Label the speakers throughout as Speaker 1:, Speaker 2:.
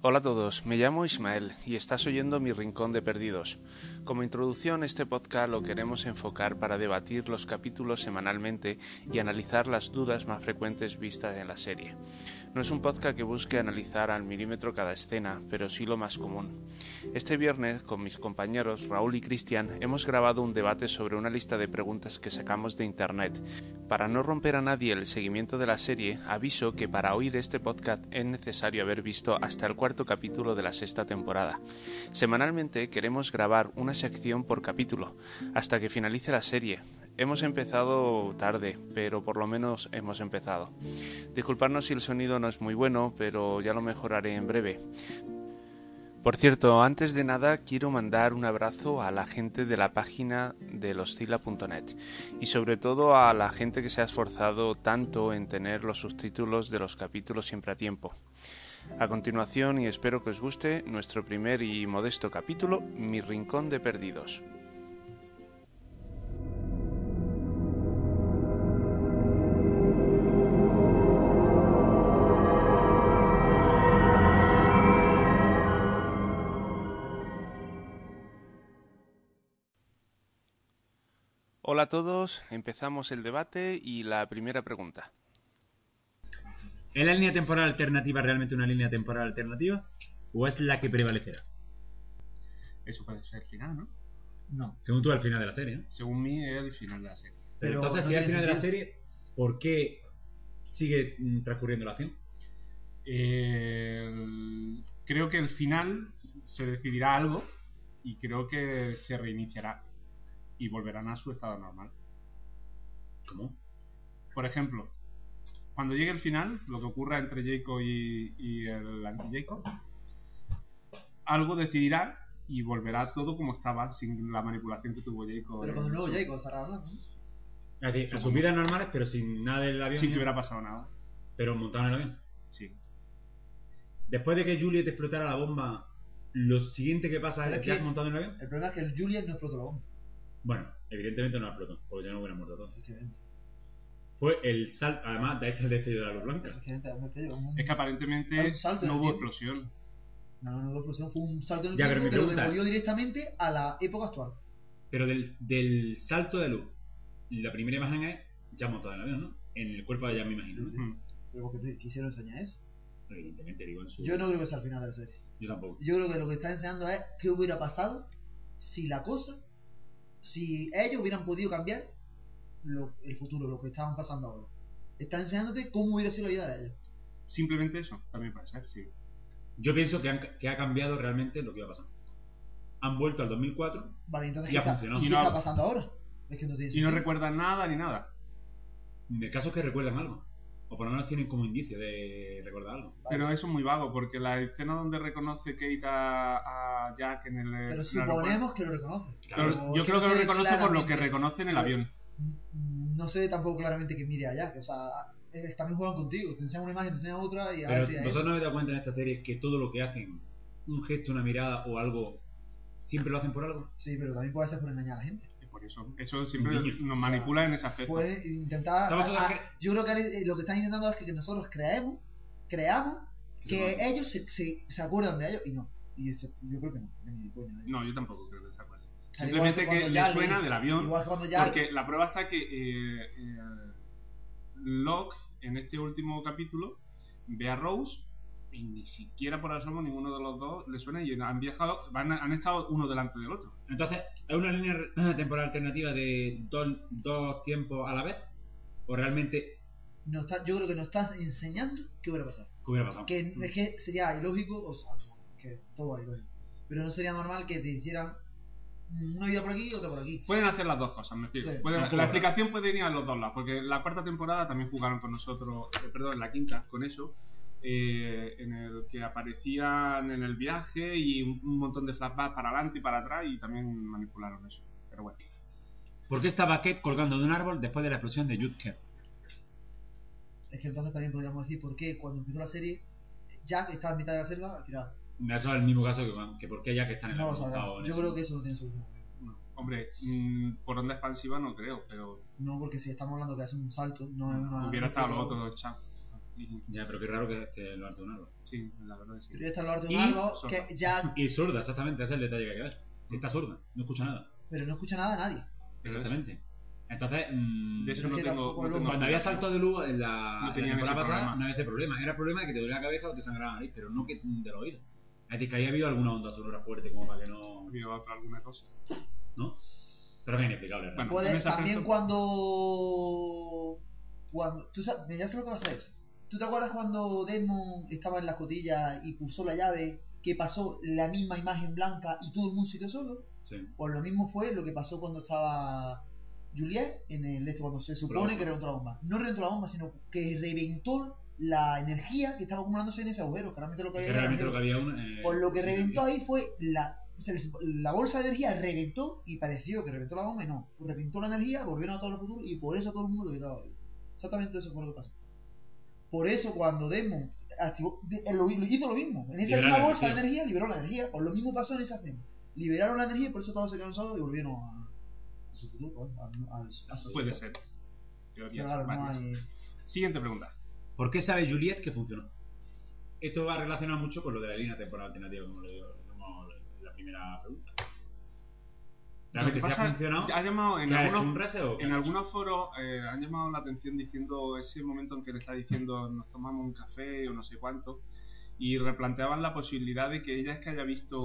Speaker 1: Hola a todos, me llamo Ismael y estás oyendo mi Rincón de Perdidos. Como introducción, este podcast lo queremos enfocar para debatir los capítulos semanalmente y analizar las dudas más frecuentes vistas en la serie. No es un podcast que busque analizar al milímetro cada escena, pero sí lo más común. Este viernes, con mis compañeros Raúl y Cristian, hemos grabado un debate sobre una lista de preguntas que sacamos de Internet. Para no romper a nadie el seguimiento de la serie, aviso que para oír este podcast es necesario haber visto hasta el cuarto cuarto capítulo de la sexta temporada. Semanalmente queremos grabar una sección por capítulo, hasta que finalice la serie. Hemos empezado tarde, pero por lo menos hemos empezado. Disculparnos si el sonido no es muy bueno, pero ya lo mejoraré en breve. Por cierto, antes de nada quiero mandar un abrazo a la gente de la página de loscila.net y sobre todo a la gente que se ha esforzado tanto en tener los subtítulos de los capítulos siempre a tiempo. A continuación, y espero que os guste, nuestro primer y modesto capítulo, Mi Rincón de Perdidos. Hola a todos, empezamos el debate y la primera pregunta.
Speaker 2: ¿Es la línea temporal alternativa realmente una línea temporal alternativa? ¿O es la que prevalecerá?
Speaker 3: Eso puede ser el final, ¿no?
Speaker 4: No,
Speaker 2: Según tú, al final de la serie, ¿no?
Speaker 3: Según mí es el final de la serie.
Speaker 2: Pero
Speaker 4: Pero
Speaker 2: entonces,
Speaker 4: no
Speaker 2: si es al
Speaker 4: tiene
Speaker 2: final de la serie, ¿por qué sigue mm, transcurriendo la acción?
Speaker 3: El- Eh, Creo que el final se decidirá algo y creo que se reiniciará y volverán a su estado normal.
Speaker 2: ¿Cómo?
Speaker 3: Por ejemplo, cuando llegue el final, lo que ocurra entre Jacob y, y el anti-Jacob, algo decidirá y volverá todo como estaba, sin la manipulación que tuvo Jacob.
Speaker 4: pero
Speaker 3: en
Speaker 4: con un nuevo
Speaker 3: su-
Speaker 4: Jacob estará ¿no?
Speaker 2: Es decir, a sus vidas normales, pero sin nada del avión.
Speaker 3: Sin
Speaker 2: ni
Speaker 3: que hubiera
Speaker 2: nada,
Speaker 3: pasado nada.
Speaker 2: Pero montado en el avión.
Speaker 3: Sí.
Speaker 2: Después de que Juliet explotara la bomba, lo siguiente que pasa
Speaker 4: Pero
Speaker 2: es
Speaker 4: es
Speaker 2: que has
Speaker 4: que-
Speaker 2: montado en el avión.
Speaker 4: El problema es que el Juliet no explotó la bomba,
Speaker 2: Bueno, evidentemente no la explotó, porque si no hubiera muerto todos.
Speaker 4: efectivamente.
Speaker 2: Fue el salto, además, de este el destello de la luz blanca.
Speaker 4: Efectivamente, un destello, un-
Speaker 3: Es que
Speaker 4: Hay
Speaker 3: aparentemente
Speaker 4: un salto en
Speaker 3: no
Speaker 4: el
Speaker 3: hubo
Speaker 4: tiempo.
Speaker 3: explosión.
Speaker 4: No, no, no, la explosión fue un salto en el
Speaker 2: Ya, pero
Speaker 4: tiempo
Speaker 2: mi
Speaker 4: que lo
Speaker 2: pregunta-
Speaker 4: devolvió directamente a la época actual.
Speaker 2: Pero del, del salto de luz, la primera imagen es ya montado en el avión, ¿no? En el cuerpo de Jan, me imagino.
Speaker 4: Sí, sí.
Speaker 3: Mm.
Speaker 4: Pero porque te quisieron enseñar eso.
Speaker 2: ¿no? Evidentemente, digo en su.
Speaker 4: Yo no creo que sea el final de la serie.
Speaker 2: Yo tampoco.
Speaker 4: Yo creo que lo que está enseñando es qué hubiera pasado si la cosa, si ellos hubieran podido cambiar lo- el futuro, lo que estaban pasando ahora. Está enseñándote cómo hubiera sido la vida de ellos.
Speaker 3: Simplemente eso, también puede ser, sí.
Speaker 2: Yo pienso que, han ca- que ha cambiado realmente lo que iba a pasar. Han vuelto al 2004.
Speaker 4: Vale, entonces,
Speaker 2: Y
Speaker 4: ¿qué,
Speaker 2: ha
Speaker 4: está,
Speaker 2: funcionado.
Speaker 4: qué
Speaker 3: Y no-
Speaker 4: está pasando ahora? Es que no tiene
Speaker 3: Y no
Speaker 4: sentido.
Speaker 3: recuerdan nada ni nada.
Speaker 2: El caso es que recuerdan algo. O por lo menos tienen como indicio de recordar algo.
Speaker 3: Pero eso es muy vago, porque la escena donde reconoce Kate a, a Jack en el. en
Speaker 4: Pero
Speaker 3: el aeropuerto-
Speaker 4: suponemos que lo reconoce.
Speaker 3: Pero
Speaker 4: Como
Speaker 3: yo
Speaker 4: que
Speaker 3: creo
Speaker 4: no
Speaker 3: que
Speaker 4: se
Speaker 3: lo
Speaker 4: ve
Speaker 3: reconoce por lo que
Speaker 4: claramente.
Speaker 3: reconoce en el avión.
Speaker 4: Mm, No sé tampoco claramente que mire allá. Que, o sea, eh, también juegan contigo. Te enseñan una imagen, te enseñan otra y a
Speaker 2: Pero
Speaker 4: ver si es
Speaker 2: vosotros
Speaker 4: eso.
Speaker 2: no habéis dado cuenta en esta serie que todo lo que hacen, un gesto, una mirada o algo, siempre lo hacen por algo.
Speaker 4: Sí, pero también puede ser por engañar a la gente.
Speaker 3: Y Por eso. Eso siempre
Speaker 2: Niño.
Speaker 3: nos manipula en ese aspecto.
Speaker 4: Puedes intentar.
Speaker 2: Estamos
Speaker 4: a- a-
Speaker 2: todos-
Speaker 4: yo creo que ahora, eh, lo que están intentando es que, que nosotros creemos, creamos que ellos se, se- se acuerdan de ellos y no. Y eso- yo creo que no, ni de coña. ¿eh?
Speaker 3: No, yo tampoco creo que se acuerde.
Speaker 4: Al igual
Speaker 3: Simplemente que
Speaker 4: cuando
Speaker 3: le
Speaker 4: Jack
Speaker 3: suena del avión.
Speaker 4: Igual que cuando ya.
Speaker 3: Porque la prueba está que eh, eh, Locke, en este último capítulo, ve a Rose y ni siquiera por asomo ninguno de los dos le suena y han viajado, van, han estado uno delante del otro.
Speaker 2: Entonces, ¿es una línea eh, temporal alternativa de dos, dos tiempos a la vez? ¿O realmente
Speaker 4: nos está- yo creo que nos estás enseñando qué hubiera pasado.
Speaker 2: qué hubiera pasado?
Speaker 4: Que
Speaker 3: Mm.
Speaker 4: es que sería ilógico, o sea, que todo es ilógico. Pero no sería normal que te hicieran una vida por aquí y otra por aquí.
Speaker 3: Pueden hacer las dos cosas, me explico.
Speaker 4: Sí.
Speaker 3: Pueden-
Speaker 2: Un poco,
Speaker 3: la
Speaker 2: ¿verdad?
Speaker 3: explicación puede ir a los dos lados, porque la cuarta temporada también jugaron con nosotros, eh, perdón, la quinta, con eso, eh, en el que aparecían en el viaje y un un montón de flashbacks para adelante y para atrás y también manipularon eso. Pero bueno,
Speaker 2: ¿Por qué estaba Kate colgando de un árbol después de la explosión de Jude Care?
Speaker 4: Es que entonces también podríamos decir por qué cuando empezó la serie, Jack estaba en mitad de la selva tirado.
Speaker 2: Eso es el mismo caso que, que por qué ya que están en
Speaker 4: No
Speaker 2: el
Speaker 4: lo
Speaker 2: montado
Speaker 4: sabemos.
Speaker 2: en
Speaker 4: Yo
Speaker 2: eso.
Speaker 4: creo que eso no tiene solución.
Speaker 3: no. hombre, mm, por onda expansiva no creo, pero
Speaker 4: No, porque si estamos hablando que hace un salto, no es una.
Speaker 3: hubiera
Speaker 4: no es
Speaker 3: estado lo
Speaker 4: otra
Speaker 3: otro, chao. Y-
Speaker 2: Ya, pero qué raro que esté lo arte de un árbol.
Speaker 3: Sí, la verdad es que sí.
Speaker 4: Pero está el Lord de un
Speaker 2: Y
Speaker 4: árbol
Speaker 3: sorda.
Speaker 4: que ya.
Speaker 2: Y sorda, exactamente, ese es el detalle que hay que ver. Que está sorda, no escucha nada.
Speaker 4: Pero no escucha nada a nadie.
Speaker 3: Pero es-
Speaker 2: Exactamente. Entonces, mm,
Speaker 3: De eso
Speaker 4: Pero
Speaker 3: no
Speaker 4: que
Speaker 3: tengo,
Speaker 4: tampoco
Speaker 3: no tengo
Speaker 4: lo-
Speaker 2: cuando había salto de luz en la,
Speaker 3: No
Speaker 2: en la
Speaker 3: tenían
Speaker 2: temporada
Speaker 3: ese
Speaker 2: pasada,
Speaker 3: problema.
Speaker 2: no había ese problema. Era el problema de que te dolía la cabeza o te sangraba la nariz, pero no que de los oídos. Es decir, que había habido alguna onda sonora fuerte como para que no.
Speaker 3: había otra alguna cosa.
Speaker 2: ¿No? Pero que es inexplicable.
Speaker 3: Bueno,
Speaker 4: Puede-
Speaker 3: en ese
Speaker 4: también
Speaker 3: aspecto-
Speaker 4: cuando. Cuando. Tú sabes, ya sé lo que vas a decir. ¿Tú te acuerdas cuando Desmond estaba en la escotilla y pulsó la llave? Que pasó la misma imagen blanca y todo el mundo se quedó solo.
Speaker 2: Sí.
Speaker 4: Pues lo mismo fue lo que pasó cuando estaba Juliet en el este, cuando se supone
Speaker 2: Claro.
Speaker 4: que reventó la bomba. No reventó la bomba, sino que reventó la energía que estaba acumulándose en ese agujero. que realmente lo que
Speaker 2: Es
Speaker 4: había
Speaker 2: que
Speaker 4: era un
Speaker 2: realmente lo que
Speaker 4: agujero.
Speaker 2: había. Un, eh,
Speaker 4: Pues lo que
Speaker 2: sí,
Speaker 4: reventó
Speaker 2: sí.
Speaker 4: ahí fue la. o sea, el- la bolsa de energía reventó y pareció que reventó la bomba y no. Reventó la energía, volvieron a todo el futuro y por eso todo el mundo lo tiró ahí. Exactamente eso fue lo que pasó. Por eso cuando Demon activó, de- él lo, lo hizo lo mismo. En esa
Speaker 2: Liberar
Speaker 4: misma
Speaker 2: la
Speaker 4: bolsa de
Speaker 2: energía.
Speaker 4: energía liberó la energía. Por lo mismo pasó en esa escena. Liberaron la energía y por eso todos se quedaron solos y volvieron a, a su futuro. ¿eh? Al- al- a su
Speaker 3: Puede
Speaker 4: futuro.
Speaker 3: ser. Teorías
Speaker 4: Pero claro, no
Speaker 3: varias.
Speaker 4: hay-
Speaker 3: Siguiente pregunta.
Speaker 2: ¿Por qué sabe Juliet que funcionó? Esto va relacionado mucho con lo de la línea temporal alternativa, como le digo como en la primera pregunta. Realmente,
Speaker 3: Lo
Speaker 2: si
Speaker 3: que
Speaker 2: ha
Speaker 3: pasa-
Speaker 2: funcionado,
Speaker 3: Ha llamado en
Speaker 2: ¿qué ha hecho? ¿Un
Speaker 3: algunos,
Speaker 2: reset o qué
Speaker 3: en
Speaker 2: ha hecho?
Speaker 3: algunos foros eh, han llamado la atención diciendo ese momento en que le está diciendo nos tomamos un café o no sé cuánto y replanteaban la posibilidad de que ella es que haya visto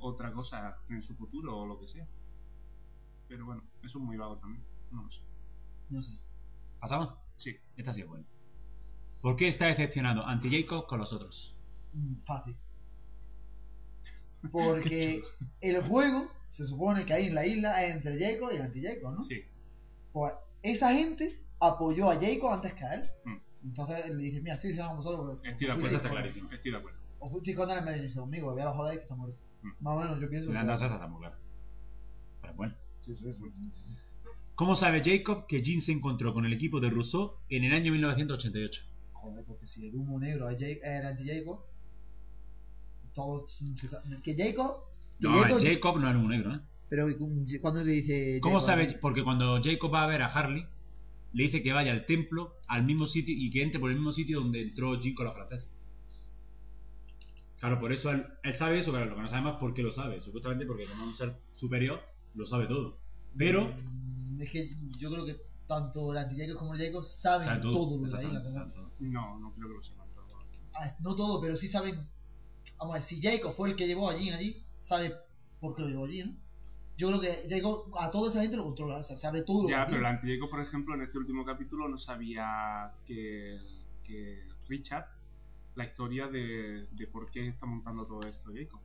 Speaker 3: otra cosa en su futuro o lo que sea. Pero bueno, eso es muy vago también. No lo sé.
Speaker 4: no sé.
Speaker 2: ¿Pasamos?
Speaker 3: Sí.
Speaker 2: Esta sí es buena. ¿Por qué está decepcionado anti Jacob con los otros?
Speaker 4: Mm, Fácil. Porque el juego se supone que hay en la isla es entre Jacob y el anti-Jacob, ¿no?
Speaker 3: Sí.
Speaker 4: Pues esa gente apoyó a Jacob antes que a él.
Speaker 3: Mm.
Speaker 4: Entonces él le dice, mira, estoy diciendo vosotros porque
Speaker 3: Estoy de
Speaker 4: Pues
Speaker 3: acuerdo.
Speaker 4: está
Speaker 2: clarísimo.
Speaker 3: Estoy de acuerdo.
Speaker 4: os fuisteis con él en vez de venirse conmigo, ya lo jodáis que está muerto.
Speaker 3: Mm.
Speaker 4: Más o menos, yo pienso que
Speaker 2: La
Speaker 4: sea-
Speaker 2: danza está muy clara. Pero bueno.
Speaker 4: Sí, sí, sí.
Speaker 2: ¿Cómo sabe Jacob que Jean se encontró con el equipo de Rousseau en el año 1988?
Speaker 4: Joder, porque si el humo negro es Jake- era anti-Jacob, todos se saben- que Jacob... que
Speaker 2: No,
Speaker 4: Jacob-
Speaker 2: Jacob no era un negro, ¿eh?
Speaker 4: Pero que- cuando le dice...
Speaker 2: ¿Cómo
Speaker 4: Jacob,
Speaker 2: sabe? Porque cuando Jacob va a ver a Harley, le dice que vaya al templo, al mismo sitio y que entre por el mismo sitio donde entró Jim con los franceses. Claro, por eso él, él sabe eso, pero lo que no sabe más es por qué lo sabe. Supuestamente porque como es un ser superior, lo sabe todo. Pero
Speaker 4: Mm, Es que yo creo que tanto el anti-Jacob como el Jacob saben
Speaker 2: sabe todo.
Speaker 4: todo lo de la
Speaker 2: exactamente,
Speaker 4: isla. ¿no?
Speaker 2: sabe todo.
Speaker 3: No, no creo que lo sepan todo.
Speaker 4: Ah, No todo, pero sí saben. Vamos a ver, si Jacob fue el que llevó a Jean allí, sabe por qué lo llevó allí, ¿no? Yo creo que Jacob a toda esa gente lo controla, o sea, sabe todo. lo
Speaker 3: Ya,
Speaker 4: que
Speaker 3: pero el
Speaker 4: tiene.
Speaker 3: antillaco, por ejemplo, en este último capítulo no sabía que, que Richard, la historia de, de por qué está montando todo esto Jacob.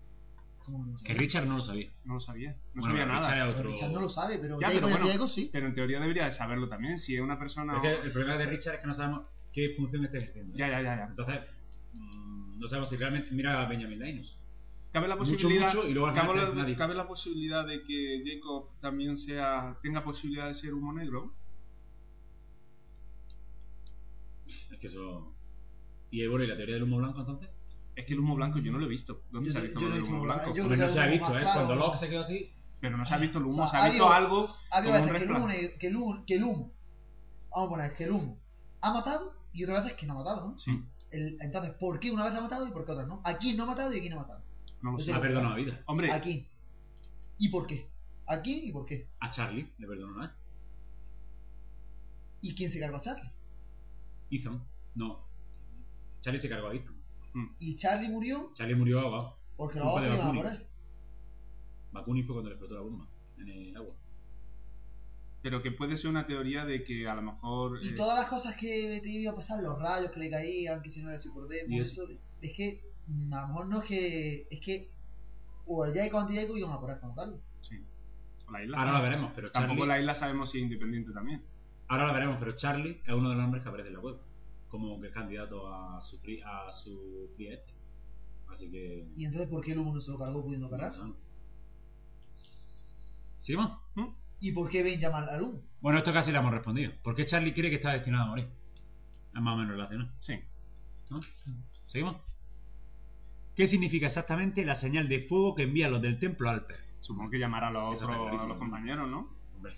Speaker 4: ¿Cómo no?
Speaker 2: Que Richard no lo sabía.
Speaker 3: No lo sabía, no
Speaker 2: Bueno,
Speaker 3: sabía nada.
Speaker 2: Richard era
Speaker 4: Pero
Speaker 2: otro-
Speaker 4: Richard no lo sabe, pero
Speaker 3: Ya,
Speaker 4: Jacob,
Speaker 3: pero bueno.
Speaker 4: Jacob sí.
Speaker 3: Pero en teoría debería de saberlo también, si es una persona...
Speaker 2: Es que el problema de Richard es que no sabemos qué función está ejerciendo.
Speaker 3: Ya, ya, ya, ya.
Speaker 2: Entonces, mm, no sabemos si realmente. Mira a Benjamin Linus.
Speaker 3: Cabe la
Speaker 2: Mucho,
Speaker 3: posibilidad...
Speaker 2: mucho y luego al
Speaker 3: cabe,
Speaker 2: final
Speaker 3: la,
Speaker 2: nadie.
Speaker 3: cabe la posibilidad de que Jacob también sea tenga posibilidad de ser humo negro.
Speaker 2: Es que eso. Y bueno, ¿y la teoría del humo blanco entonces?
Speaker 3: Es que el humo blanco yo no lo he visto. ¿Dónde
Speaker 4: Yo-
Speaker 3: se ha visto
Speaker 4: yo
Speaker 3: lo
Speaker 4: no he
Speaker 3: del
Speaker 4: visto
Speaker 3: humo
Speaker 4: humo blanco. Ah,
Speaker 3: blanco?
Speaker 4: Yo-
Speaker 2: Pues no
Speaker 4: creo
Speaker 2: se ha
Speaker 4: que algo
Speaker 2: visto,
Speaker 4: más
Speaker 2: ¿eh?
Speaker 4: claro,
Speaker 2: Cuando
Speaker 4: ¿no?
Speaker 2: Locke se quedó así.
Speaker 3: Pero no se ha visto el humo,
Speaker 4: O sea,
Speaker 3: se
Speaker 4: ha
Speaker 3: ha visto
Speaker 4: habido-
Speaker 3: algo...
Speaker 4: Ha habido
Speaker 3: Como un
Speaker 4: veces Ah, que el, humo,
Speaker 3: resplandor.
Speaker 4: ne- que, el humo, que el humo, vamos a poner, que el humo ha matado y otras veces que no ha matado, ¿no?
Speaker 3: Sí,
Speaker 4: El- entonces, ¿por qué una vez ha matado y por qué otra no? ¿A quién no ha matado y a quién ha matado?
Speaker 3: no lo
Speaker 4: Pues
Speaker 3: sé.
Speaker 4: sí.
Speaker 2: Ha perdonado la vida.
Speaker 3: Hombre,
Speaker 4: ¿A quién? ¿Y por qué? ¿A quién y por qué?
Speaker 2: A Charlie le perdonó, ¿eh?
Speaker 4: ¿Y quién se cargó a Charlie?
Speaker 2: Ethan. No. Charlie se cargó a Ethan.
Speaker 4: Y Charlie murió
Speaker 2: Charlie murió ahogado.
Speaker 4: porque los
Speaker 2: Culpa de
Speaker 4: otros iban a
Speaker 2: Bakuni.
Speaker 4: por él.
Speaker 2: Bakuni fue cuando le explotó la bomba en el agua.
Speaker 3: pero que puede ser una teoría de que a lo mejor...
Speaker 4: Y
Speaker 3: eh,
Speaker 4: todas las cosas que le te iba a pasar, los rayos que le caían, que si no era así por demo,
Speaker 2: Y es-
Speaker 4: eso, es que, mm, a lo mejor no es que, es que, o el Jacob anti Jacob iban a por él para matarlo.
Speaker 3: Sí. O la isla.
Speaker 2: Ahora lo veremos, pero
Speaker 3: Tampoco
Speaker 2: Charlie.
Speaker 3: la isla sabemos si es independiente también.
Speaker 2: Ahora lo veremos, pero Charlie es uno de los hombres que aparece en la web. Como que es candidato a sufrir a su a este. Así que.
Speaker 4: Y entonces, ¿por qué el humo no se lo cargó pudiendo cargarse?
Speaker 2: ¿Seguimos?
Speaker 4: ¿Y por qué Ben llama al humo?
Speaker 2: Bueno, esto casi lo hemos respondido. ¿Por qué Charlie cree que está destinado a morir? Es más o menos relacionado.
Speaker 3: Sí.
Speaker 2: ¿Seguimos? ¿Qué significa exactamente la señal de fuego que envían los del templo Alper?
Speaker 3: Supongo que llamará a
Speaker 2: Eso
Speaker 3: los,
Speaker 2: está
Speaker 3: otros, a
Speaker 2: clarísimo.
Speaker 3: los compañeros, ¿no?
Speaker 2: Hombre,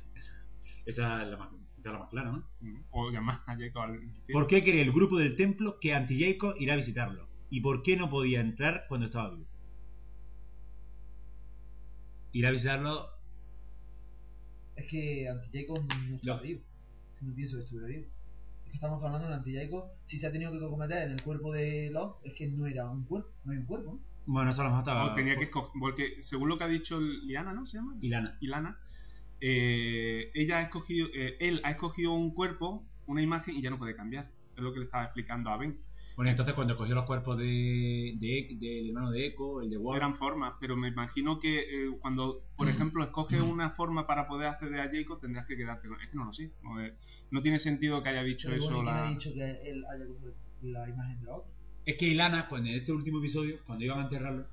Speaker 2: esa es la más... Está lo más claro, ¿no?
Speaker 3: Mm. O llamar a Jacob al-
Speaker 2: ¿Por qué cree el grupo del templo que Anti-Jacob irá a visitarlo? ¿Y por qué no podía entrar cuando estaba vivo? Ir a visitarlo.
Speaker 4: Es que Antijacob no está
Speaker 2: No.
Speaker 4: vivo. Es que No pienso que estuviera vivo. Es que estamos hablando de Antijacob. Si se ha tenido que cometer en el cuerpo de Locke, es que no era un cuerpo. No hay un cuerpo, ¿no?
Speaker 2: Bueno, eso a lo mejor estaba.
Speaker 3: O tenía que escoger, porque según lo que ha dicho Liana, ¿no? ¿Se llama?
Speaker 2: Ilana.
Speaker 3: Ilana, eh, ella ha escogido, eh, él ha escogido un cuerpo, una imagen y ya no puede cambiar. Es lo que le estaba explicando a Ben.
Speaker 2: Bueno, entonces cuando cogió los cuerpos de, de- del hermano de Echo, el de Ward.
Speaker 3: Eran formas, pero me imagino que eh, cuando, por ejemplo, escoges una forma para poder acceder a Jacob, tendrás que quedarte con. Es que no lo sé. No, eh, no tiene sentido que haya dicho
Speaker 4: Pero bueno,
Speaker 3: eso.
Speaker 4: ¿y ¿quién
Speaker 3: la-
Speaker 4: ha dicho que él haya cogido la imagen de la otra?
Speaker 2: Es que Ilana, cuando en este último episodio, cuando iban a enterrarlo,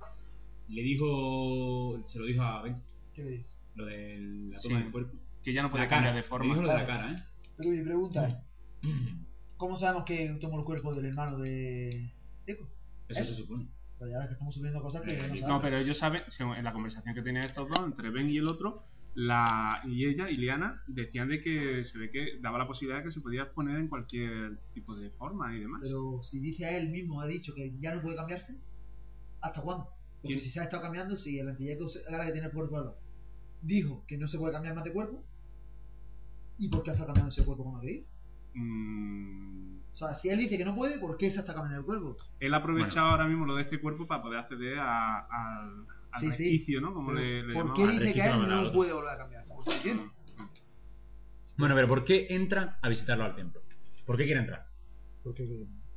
Speaker 2: le dijo. Se lo dijo a Ben,
Speaker 4: ¿Qué le dijo?
Speaker 2: lo de la toma
Speaker 3: Sí.
Speaker 2: del cuerpo.
Speaker 3: Que ya no puede
Speaker 2: la cara.
Speaker 3: cambiar de
Speaker 2: Le
Speaker 3: forma.
Speaker 2: dijo lo de la cara, ¿eh?
Speaker 4: Pero mi pregunta es: ¿cómo sabemos que tomó el cuerpo del hermano de Echo?
Speaker 2: Eso
Speaker 4: ¿Eh?
Speaker 2: se supone.
Speaker 4: Pero ya ves que estamos subiendo cosas que
Speaker 2: Eh,
Speaker 4: no
Speaker 2: no,
Speaker 4: sabemos.
Speaker 3: No, pero ellos saben, según- en la conversación que tenían estos dos, entre Ben y el otro, la, y ella y Liana decían de que se ve que daba la posibilidad de que se podía poner en cualquier tipo de forma y demás.
Speaker 4: Pero si dice a él mismo, ha dicho que ya no puede cambiarse, ¿hasta cuándo? Porque
Speaker 3: ¿Quién?
Speaker 4: si se ha estado cambiando, si el antillaco ahora que tiene el cuerpo de Locke, dijo que no se puede cambiar más de cuerpo, ¿y por qué ha estado cambiando ese cuerpo cuando quería?
Speaker 3: Mm,
Speaker 4: O sea, si él dice que no puede, ¿por qué se está cambiando el cuerpo?
Speaker 3: él ha aprovechado ahora mismo lo de este cuerpo para poder acceder a- al, al
Speaker 4: Sí, sí.
Speaker 3: resquicio, ¿no? Como
Speaker 4: Pero,
Speaker 3: le, le
Speaker 4: ¿Por
Speaker 3: llamaban.
Speaker 4: qué
Speaker 2: al
Speaker 4: dice que a
Speaker 2: registro
Speaker 4: él no
Speaker 2: menor.
Speaker 4: puede volver a cambiarse? ¿Por qué?
Speaker 2: Bueno, pero ¿por qué entran a visitarlo al templo? ¿Por qué quiere entrar?
Speaker 4: Porque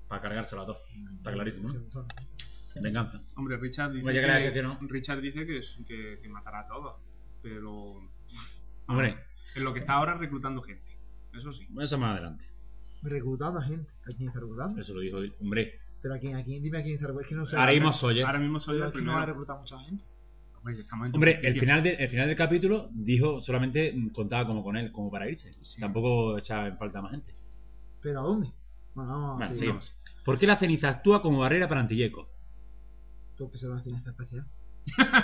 Speaker 2: Para cargárselo a todos. Está clarísimo, ¿no? Venganza.
Speaker 3: Hombre, Richard dice,
Speaker 2: Bueno, ya creía
Speaker 3: que,
Speaker 2: que no.
Speaker 3: Richard dice que, es- que- que matará a todos, pero
Speaker 2: Hombre,
Speaker 3: en lo que está ahora reclutando gente, eso sí.
Speaker 2: eso más adelante.
Speaker 4: Reclutando a gente. ¿A quién está reclutando?
Speaker 2: Eso lo dijo, él. hombre.
Speaker 4: Pero a quién, a quién, dime a quién está reclutando. Es que no sé.
Speaker 2: Ahora mismo Sawyer.
Speaker 3: Ahora mismo soy
Speaker 4: Pero
Speaker 3: el
Speaker 4: es que no va a
Speaker 3: primero.
Speaker 4: reclutar mucha gente.
Speaker 3: Hombre, estamos en
Speaker 2: Hombre, el
Speaker 3: principio.
Speaker 2: final, de- el final del capítulo dijo solamente mm, contaba como con él, como para irse.
Speaker 3: Sí.
Speaker 2: Tampoco echaba en falta más gente.
Speaker 4: ¿Pero a dónde? Bueno, vamos a
Speaker 2: Vale,
Speaker 4: seguir.
Speaker 2: seguimos. ¿Por qué la ceniza actúa como barrera para Antilleco?
Speaker 4: Porque se lo hacen esta especial.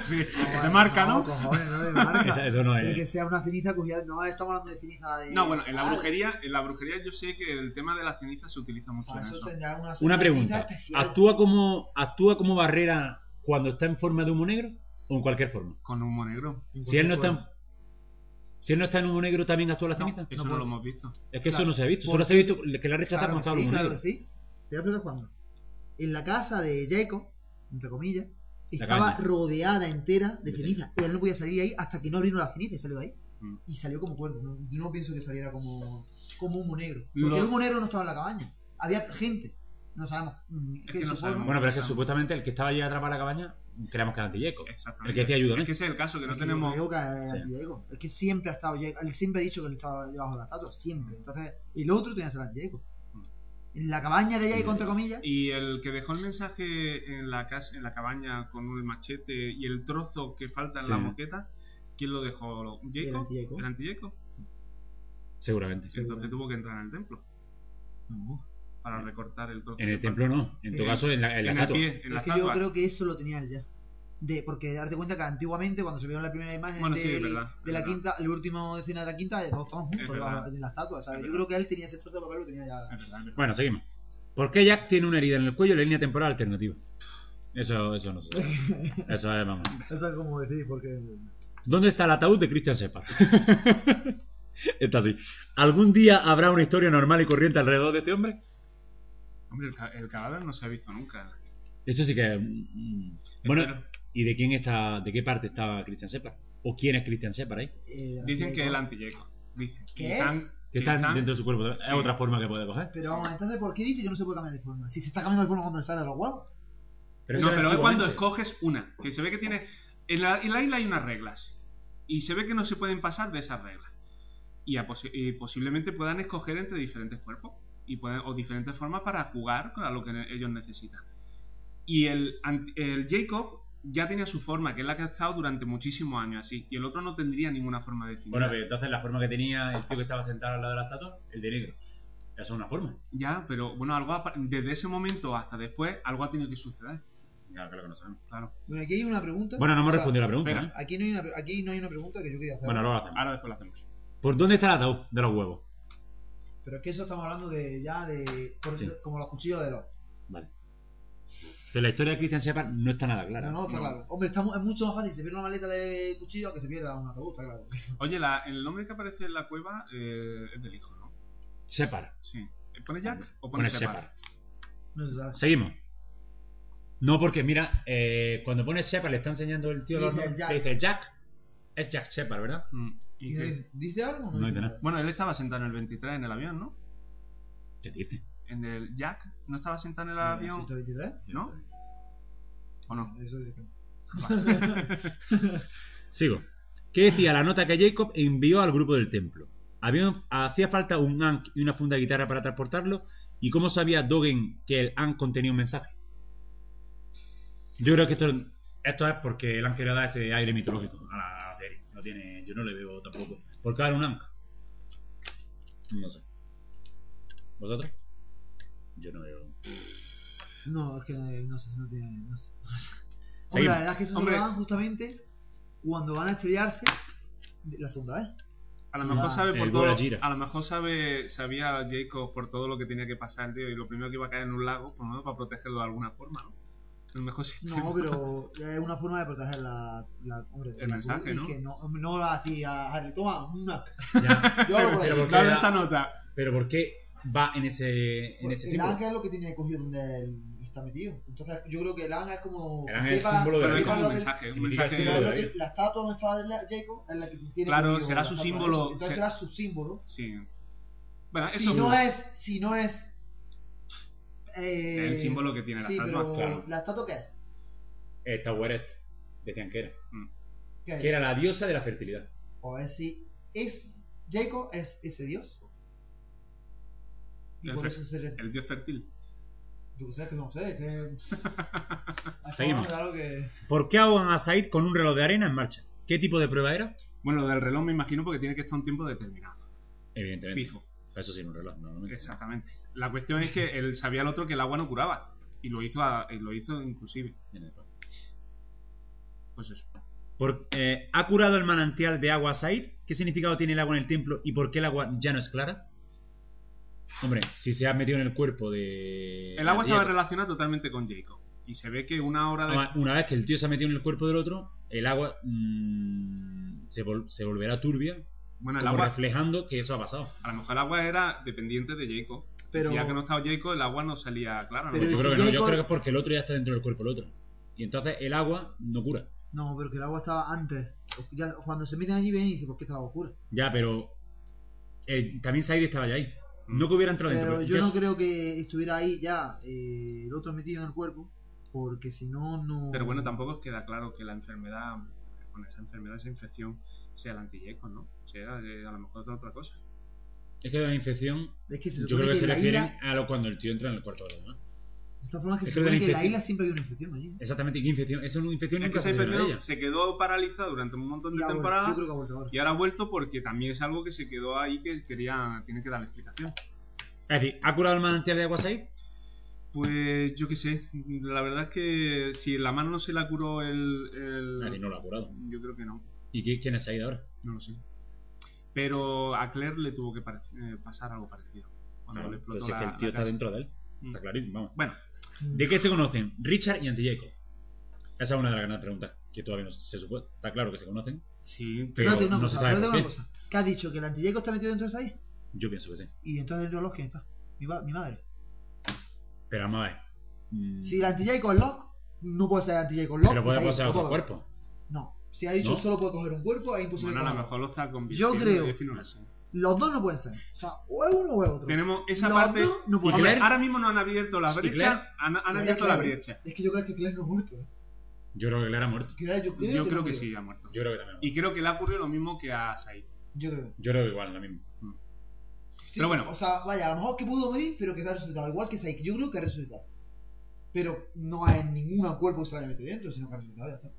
Speaker 3: Sí,
Speaker 4: Te
Speaker 3: de marca, ¿no?
Speaker 4: Cojones, no de marca.
Speaker 2: Esa- eso no es.
Speaker 4: Y que sea una ceniza cogida. No, estamos hablando de ceniza de.
Speaker 3: No, bueno, en la
Speaker 4: Ah,
Speaker 3: brujería, en la brujería yo sé que el tema de la ceniza se utiliza
Speaker 4: o
Speaker 3: mucho
Speaker 4: sea,
Speaker 3: en
Speaker 4: eso
Speaker 3: eso.
Speaker 4: tendrá una,
Speaker 2: Una
Speaker 4: ceniza
Speaker 2: pregunta.
Speaker 4: especial.
Speaker 2: ¿Actúa como, ¿Actúa como barrera cuando está en forma de humo negro o en cualquier forma?
Speaker 3: Con humo negro.
Speaker 4: En
Speaker 2: Si él no está en,
Speaker 4: cualquier
Speaker 2: si él no está en humo negro, ¿también actúa la
Speaker 4: No,
Speaker 2: ceniza?
Speaker 4: No
Speaker 3: Eso no,
Speaker 4: puedo.
Speaker 3: lo hemos visto.
Speaker 2: Es que eso
Speaker 4: claro.
Speaker 2: no se ha visto.
Speaker 4: Porque-
Speaker 2: Solo se ha visto que la rechazada cuando
Speaker 4: Claro que
Speaker 2: estaba
Speaker 4: sí,
Speaker 2: en humo
Speaker 4: claro que
Speaker 2: negro.
Speaker 4: sí. Te voy a explicar cuándo. En la casa de Jacob, entre comillas, estaba
Speaker 2: caña.
Speaker 4: rodeada entera de
Speaker 2: De
Speaker 4: ceniza. Y él no podía salir de ahí hasta que no vino la ceniza y salió de ahí.
Speaker 3: Mm.
Speaker 4: Y salió como cuervo. No, no pienso que saliera como, como humo negro. Porque
Speaker 3: Lo-
Speaker 4: el humo negro no estaba en la cabaña. Había gente. No sabemos. mm,
Speaker 3: que
Speaker 4: qué
Speaker 3: no
Speaker 4: supongo.
Speaker 3: sabemos.
Speaker 2: Bueno, pero es que supuestamente el que estaba allí atrapado en la cabaña, creemos que era Antilleco.
Speaker 3: Exactamente.
Speaker 2: El que decía ayuda,
Speaker 3: Es que ese es el caso, que no
Speaker 4: Yo
Speaker 3: tenemos.
Speaker 4: creo que es
Speaker 2: Sí.
Speaker 4: anti-Diego. Es que siempre ha estado Diego. Él siempre ha dicho que él estaba debajo de la estatua. Siempre. Entonces, el otro tenía que ser anti-Diego.
Speaker 3: Mm.
Speaker 4: En la cabaña de Diego, entre comillas.
Speaker 3: Y el que dejó el mensaje en la casa, en la cabaña con el machete y el trozo que falta en
Speaker 2: Sí.
Speaker 3: la moqueta, ¿quién lo dejó?
Speaker 4: El
Speaker 3: ¿Jacob?
Speaker 4: anti-Jacob.
Speaker 3: ¿El anti-Jacob?
Speaker 2: Seguramente.
Speaker 3: Entonces
Speaker 4: Seguramente.
Speaker 3: tuvo que entrar en el templo
Speaker 4: No.
Speaker 3: para recortar el trozo.
Speaker 2: En el
Speaker 3: que
Speaker 2: templo
Speaker 3: falta.
Speaker 2: no. En tu
Speaker 3: En-
Speaker 2: caso, en la, en la
Speaker 3: En el
Speaker 2: estatua.
Speaker 3: pie, en la
Speaker 4: Es que yo
Speaker 3: estatua.
Speaker 4: creo que eso lo tenía él ya. De, porque darte cuenta que antiguamente, cuando se vieron la primera imagen
Speaker 3: Bueno,
Speaker 4: del-
Speaker 3: sí,
Speaker 4: de,
Speaker 3: es verdad, es
Speaker 4: la
Speaker 3: verdad.
Speaker 4: quinta, el último escena de la quinta, todos estaban
Speaker 3: Es
Speaker 4: juntos debajo
Speaker 3: verdad.
Speaker 4: de la estatua. ¿sabes?
Speaker 3: Es
Speaker 4: Yo
Speaker 3: verdad.
Speaker 4: creo que él tenía ese trozo de papel, lo tenía ya.
Speaker 3: Es verdad, es verdad.
Speaker 2: Bueno, seguimos. ¿Por qué Jack tiene una herida en el cuello y la línea temporal alternativa? Eso, eso no se sabe. Eso es, vamos.
Speaker 4: Eso es como decir, porque.
Speaker 2: ¿Dónde está el ataúd de Christian Separ? Está así. ¿Algún día habrá una historia normal y corriente alrededor de este hombre?
Speaker 3: Hombre, el, ca- el cadáver no se ha visto nunca.
Speaker 2: Eso sí que. mm, Bueno,
Speaker 3: Espero.
Speaker 2: ¿y de quién está, de qué parte estaba Christian Separ? ¿O quién es Christian Separ ahí?
Speaker 4: eh,
Speaker 3: Dicen que es el anti-Jacob. Dicen.
Speaker 4: ¿Qué
Speaker 3: Y
Speaker 4: es?
Speaker 3: están-
Speaker 2: Que
Speaker 3: y
Speaker 2: está
Speaker 3: están-
Speaker 2: dentro de su cuerpo. Es
Speaker 3: Sí.
Speaker 2: otra forma que puede coger.
Speaker 4: Pero vamos, entonces, ¿por qué dice que no se puede cambiar de forma? Si se está cambiando de forma cuando le sale de los huevos.
Speaker 3: no,
Speaker 2: eso
Speaker 3: pero es cuando
Speaker 2: antiguamente.
Speaker 3: escoges una. Que se ve que tiene. En la, en la isla hay unas reglas. Y se ve que no se pueden pasar de esas reglas. Y, a posi- y posiblemente puedan escoger entre diferentes cuerpos. Y pueden- o diferentes formas para jugar con lo que ne- ellos necesitan. Y el, ant- el Jacob ya tenía su forma, que es la que ha estado durante muchísimos años así. Y el otro no tendría ninguna forma definida.
Speaker 2: Bueno, pero entonces la forma que tenía el tío que estaba sentado al lado de la estatua, el de negro. Eso es una forma.
Speaker 3: Ya, pero bueno, algo ha pa- desde ese momento hasta después, algo ha tenido que suceder.
Speaker 2: Claro, claro que no sabemos.
Speaker 3: Claro.
Speaker 4: Bueno, aquí hay una pregunta.
Speaker 2: Bueno, no hemos
Speaker 4: O sea,
Speaker 2: respondido la pregunta.
Speaker 3: espera.
Speaker 2: ¿eh?
Speaker 4: Aquí no, hay una, aquí no hay una pregunta que yo quería hacer.
Speaker 2: Bueno, luego la hacemos.
Speaker 3: Ahora después lo hacemos.
Speaker 2: ¿Por dónde está el ataúd de los huevos?
Speaker 4: Pero es que eso estamos hablando de ya de. por-
Speaker 2: Sí.
Speaker 4: como los cuchillos de los.
Speaker 2: Vale. Pero la historia de Christian Shepard no está nada clara.
Speaker 4: no, no, está
Speaker 3: no.
Speaker 4: claro. Hombre, está, mu- es mucho más fácil que se pierda una maleta de cuchillo que se pierda un autobús, está claro.
Speaker 3: Oye, la- el nombre que aparece en la cueva eh, es del hijo, ¿no?
Speaker 2: Shepard.
Speaker 3: Sí. ¿Pone Jack o pone
Speaker 2: Pone
Speaker 3: Shepard?
Speaker 2: Shepard.
Speaker 4: No se sabe.
Speaker 2: Seguimos. No, porque mira, eh, cuando pone Shepard le está enseñando el tío
Speaker 4: Dice
Speaker 2: los nombres,
Speaker 4: Jack.
Speaker 2: le dice Jack. Es Jack Shepard, ¿verdad?
Speaker 3: Mm, ¿y
Speaker 4: ¿Y
Speaker 3: qué?
Speaker 4: ¿Dice, dice algo o no,
Speaker 2: No
Speaker 4: dice
Speaker 2: dice
Speaker 4: nada?
Speaker 3: Bueno, él estaba sentado en el 23 en el avión, ¿no?
Speaker 2: ¿Qué dice?
Speaker 3: En el Jack no estaba sentado en el
Speaker 4: Eh,
Speaker 3: avión,
Speaker 4: 123?
Speaker 3: ¿no? ¿O no?
Speaker 4: Eso dice que no.
Speaker 2: Sigo. ¿Qué decía la nota que Jacob envió al grupo del templo? Había- hacía falta un Ankh y una funda de guitarra para transportarlo. ¿Y cómo sabía Dogen que el Ankh contenía un mensaje? Yo creo que esto, esto es porque le han querido dar ese aire mitológico a la, a la serie. No tiene, yo no le veo tampoco. ¿Por qué era un Ankh? No sé. ¿Vosotros? Yo no veo.
Speaker 4: No, es que eh, no sé, no tiene. No sé. No sé. Hombre,
Speaker 2: Seguimos.
Speaker 4: la verdad es que eso se lo
Speaker 3: Hombre.
Speaker 4: dan justamente cuando van a estrellarse de- la segunda vez.
Speaker 3: A lo
Speaker 4: Sí,
Speaker 3: mejor
Speaker 4: la-
Speaker 3: sabe por
Speaker 2: el
Speaker 3: todo.
Speaker 2: Gojira.
Speaker 3: A lo mejor sabe, sabía Jacob por todo lo que tenía que pasar el tío y lo primero que iba a caer en un lago, por lo menos para protegerlo de alguna forma, ¿no? El mejor sistema.
Speaker 4: No, pero es una forma de proteger la. la hombre,
Speaker 3: El
Speaker 4: la-
Speaker 3: mensaje,
Speaker 4: y
Speaker 3: ¿no?
Speaker 4: Que no, no lo hacía Harry, toma, una.
Speaker 2: Ya.
Speaker 4: Yo hago por
Speaker 2: Pero
Speaker 4: ahí.
Speaker 2: porque
Speaker 3: Dale
Speaker 2: era-
Speaker 3: esta nota.
Speaker 2: Pero ¿por qué va en ese, en ese
Speaker 4: el
Speaker 2: símbolo?
Speaker 4: ángel es lo que tiene cogido donde él está metido. Entonces, yo creo que el ángel es como.
Speaker 2: El
Speaker 4: que
Speaker 2: ángel es el símbolo de
Speaker 3: Pero
Speaker 4: que
Speaker 3: es
Speaker 2: David.
Speaker 4: sepa
Speaker 3: como
Speaker 4: lo
Speaker 3: un
Speaker 4: que-
Speaker 3: mensaje, un
Speaker 2: Significa
Speaker 3: mensaje.
Speaker 2: el símbolo
Speaker 4: Pero
Speaker 2: de
Speaker 4: es lo
Speaker 2: David.
Speaker 4: que- la estatua donde estaba la- Jacob es la que tiene.
Speaker 3: Claro,
Speaker 4: cogido
Speaker 3: será
Speaker 4: la
Speaker 3: su
Speaker 4: estatua,
Speaker 3: símbolo,
Speaker 4: eso. Entonces
Speaker 3: se-
Speaker 4: será su símbolo.
Speaker 3: Sí. Bueno,
Speaker 4: si
Speaker 3: eso
Speaker 4: no es. Si no es. eh,
Speaker 3: el símbolo que tiene la
Speaker 4: sí,
Speaker 3: estatua.
Speaker 4: pero
Speaker 2: claro.
Speaker 4: ¿La estatua qué es?
Speaker 2: Eh, Taweret, decían que era.
Speaker 4: ¿Qué es?
Speaker 2: Que era la diosa de la fertilidad.
Speaker 4: O es si es Jacob es ese dios. Y
Speaker 3: El
Speaker 4: por
Speaker 3: fe-
Speaker 4: eso se le...
Speaker 3: El dios fértil.
Speaker 4: Yo que sé, es que no sé, es que... Estamos
Speaker 2: Seguimos.
Speaker 4: hablando de algo que...
Speaker 2: ¿Por qué ahogan a Said con un reloj de arena en marcha? ¿Qué tipo de prueba era?
Speaker 3: Bueno, lo del reloj me imagino porque tiene que estar un tiempo determinado.
Speaker 2: Evidentemente.
Speaker 3: Fijo.
Speaker 2: Para Eso sí, un reloj, normalmente.
Speaker 3: Exactamente. La cuestión es que él sabía el otro que el agua no curaba. Y lo hizo, a- y lo hizo inclusive. Pues eso.
Speaker 2: Por- eh, ¿Ha curado el manantial de agua a Said? ¿Qué significado tiene el agua en el templo y por qué el agua ya no es clara? Hombre, si se ha metido en el cuerpo de.
Speaker 3: El agua estaba
Speaker 2: de-
Speaker 3: relacionada totalmente con Jacob. Y se ve que una hora de...
Speaker 2: Además, Una vez que el tío se ha metido en el cuerpo del otro, el agua mm, se, vol- se volverá turbia,
Speaker 3: Bueno, el
Speaker 2: como
Speaker 3: agua...
Speaker 2: reflejando que eso ha pasado.
Speaker 3: A lo mejor el agua era dependiente de Jacob.
Speaker 4: Pero,
Speaker 3: Si ya que no estaba Jacob, el agua no salía clara. ¿no?
Speaker 4: Pero
Speaker 2: yo
Speaker 4: si
Speaker 2: creo que no, yo
Speaker 4: Jacob-
Speaker 2: creo que es porque el otro ya está dentro del cuerpo del otro. Y entonces el agua no cura.
Speaker 4: no, pero que el agua estaba antes. Ya, cuando se meten allí ven y dicen, ¿por qué está la oscura?
Speaker 2: Ya, pero eh, también Said estaba ya ahí. No que hubiera entrado dentro.
Speaker 4: Pero
Speaker 2: pero
Speaker 4: yo
Speaker 2: ya-
Speaker 4: no creo que estuviera ahí ya eh, el otro metido en el cuerpo, porque si no, no...
Speaker 3: Pero bueno, tampoco queda claro que la enfermedad, con esa enfermedad, esa infección, sea el anti-Jacob, ¿no? Sea eh, a lo mejor otra cosa.
Speaker 2: Es que la infección,
Speaker 4: Es que se
Speaker 2: yo creo
Speaker 4: supone
Speaker 2: que
Speaker 4: que,
Speaker 2: se
Speaker 4: en la
Speaker 2: refieren
Speaker 4: isla...
Speaker 2: a lo cuando el tío entra en el cuerpo de los demás.
Speaker 4: De esta forma es que
Speaker 2: Yo
Speaker 4: se
Speaker 2: creo que la
Speaker 4: supone que en la
Speaker 2: infección-
Speaker 4: isla siempre hay una infección ¿eh? allí.
Speaker 2: Exactamente, ¿qué infección? Esa infección
Speaker 3: Es que
Speaker 2: nunca
Speaker 3: esa
Speaker 2: se libra de
Speaker 3: infección
Speaker 2: ella.
Speaker 3: se quedó paralizada durante un montón
Speaker 4: Y
Speaker 3: de
Speaker 4: ahora-
Speaker 3: temporadas
Speaker 4: yo creo que ha vuelto ahora.
Speaker 3: y ahora ha vuelto porque también es algo que se quedó ahí que quería, tiene que dar la explicación.
Speaker 2: Es decir, ¿ha curado el manantial de agua Said?
Speaker 3: Pues yo qué sé, la verdad es que si la mano no se la curó el...
Speaker 2: Es
Speaker 3: el-
Speaker 2: decir, no lo ha curado.
Speaker 3: Yo creo que no,
Speaker 2: ¿Y qué- quién es Said ahora?
Speaker 3: no lo sé. Pero a Claire le tuvo que parec- eh, pasar algo parecido. Cuando le Ah, explotó
Speaker 2: Entonces pues es que
Speaker 3: la-
Speaker 2: el tío
Speaker 3: la
Speaker 2: está
Speaker 3: casa.
Speaker 2: dentro de él.
Speaker 3: Mm.
Speaker 2: Está clarísimo, vamos.
Speaker 3: Bueno,
Speaker 4: Mm.
Speaker 2: ¿De qué se conocen Richard y Anti-Jacob? Esa es una de las grandes preguntas que todavía no se supone. Está claro que se conocen.
Speaker 3: sí,
Speaker 2: Pero
Speaker 4: Espérate una
Speaker 2: no se
Speaker 4: cosa,
Speaker 2: sabe
Speaker 4: espérate
Speaker 2: por
Speaker 4: una
Speaker 2: qué.
Speaker 4: cosa. ¿Qué has dicho? ¿Que el antillaco está metido dentro de esa isla?
Speaker 2: Yo pienso que sí.
Speaker 4: Y entonces dentro de Locke, ¿quién está? Mi, va- mi madre.
Speaker 2: Pero vamos a ver. Mm,
Speaker 4: Si el anti con Locke, no puede ser anti con Locke.
Speaker 2: pero puede
Speaker 4: pues ahí,
Speaker 2: pasar a otro
Speaker 4: todo.
Speaker 2: cuerpo.
Speaker 4: No. Si ha dicho
Speaker 2: ¿No?
Speaker 4: solo puede coger un cuerpo, es imposible.
Speaker 3: bueno, a lo
Speaker 4: cogerlo.
Speaker 3: mejor lo está
Speaker 4: Yo
Speaker 3: convirtiendo.
Speaker 4: creo.
Speaker 3: es que no lo sé.
Speaker 4: Los dos no pueden ser. O sea, o es uno o es otro.
Speaker 3: Tenemos esa
Speaker 4: Los
Speaker 3: parte.
Speaker 4: dos no pueden
Speaker 2: ¿Y
Speaker 4: ser.
Speaker 3: Hombre,
Speaker 2: Claire?
Speaker 3: ahora mismo no han abierto la
Speaker 2: ¿Y Claire?
Speaker 3: brecha. Han, han
Speaker 4: Claire,
Speaker 3: abierto la
Speaker 4: Claire.
Speaker 3: brecha.
Speaker 4: Es que yo creo que Claire no es muerto. ¿eh?
Speaker 2: Yo creo que Clara ha muerto.
Speaker 4: Claire, yo creo,
Speaker 3: Yo
Speaker 4: que,
Speaker 3: creo
Speaker 4: no
Speaker 3: que
Speaker 4: murió.
Speaker 3: sí, ha muerto.
Speaker 2: Yo creo que también. ha muerto.
Speaker 3: Y creo que le ha ocurrido lo mismo que a Said.
Speaker 4: Yo creo.
Speaker 2: Yo creo que igual, lo mismo.
Speaker 4: Sí,
Speaker 3: Pero bueno.
Speaker 4: O sea, vaya, a lo mejor que pudo morir, pero que se ha resucitado. Igual que Saik, yo creo que ha resucitado. Pero no hay ningún cuerpo que se lo haya metido dentro, sino que ha resucitado. Ya está.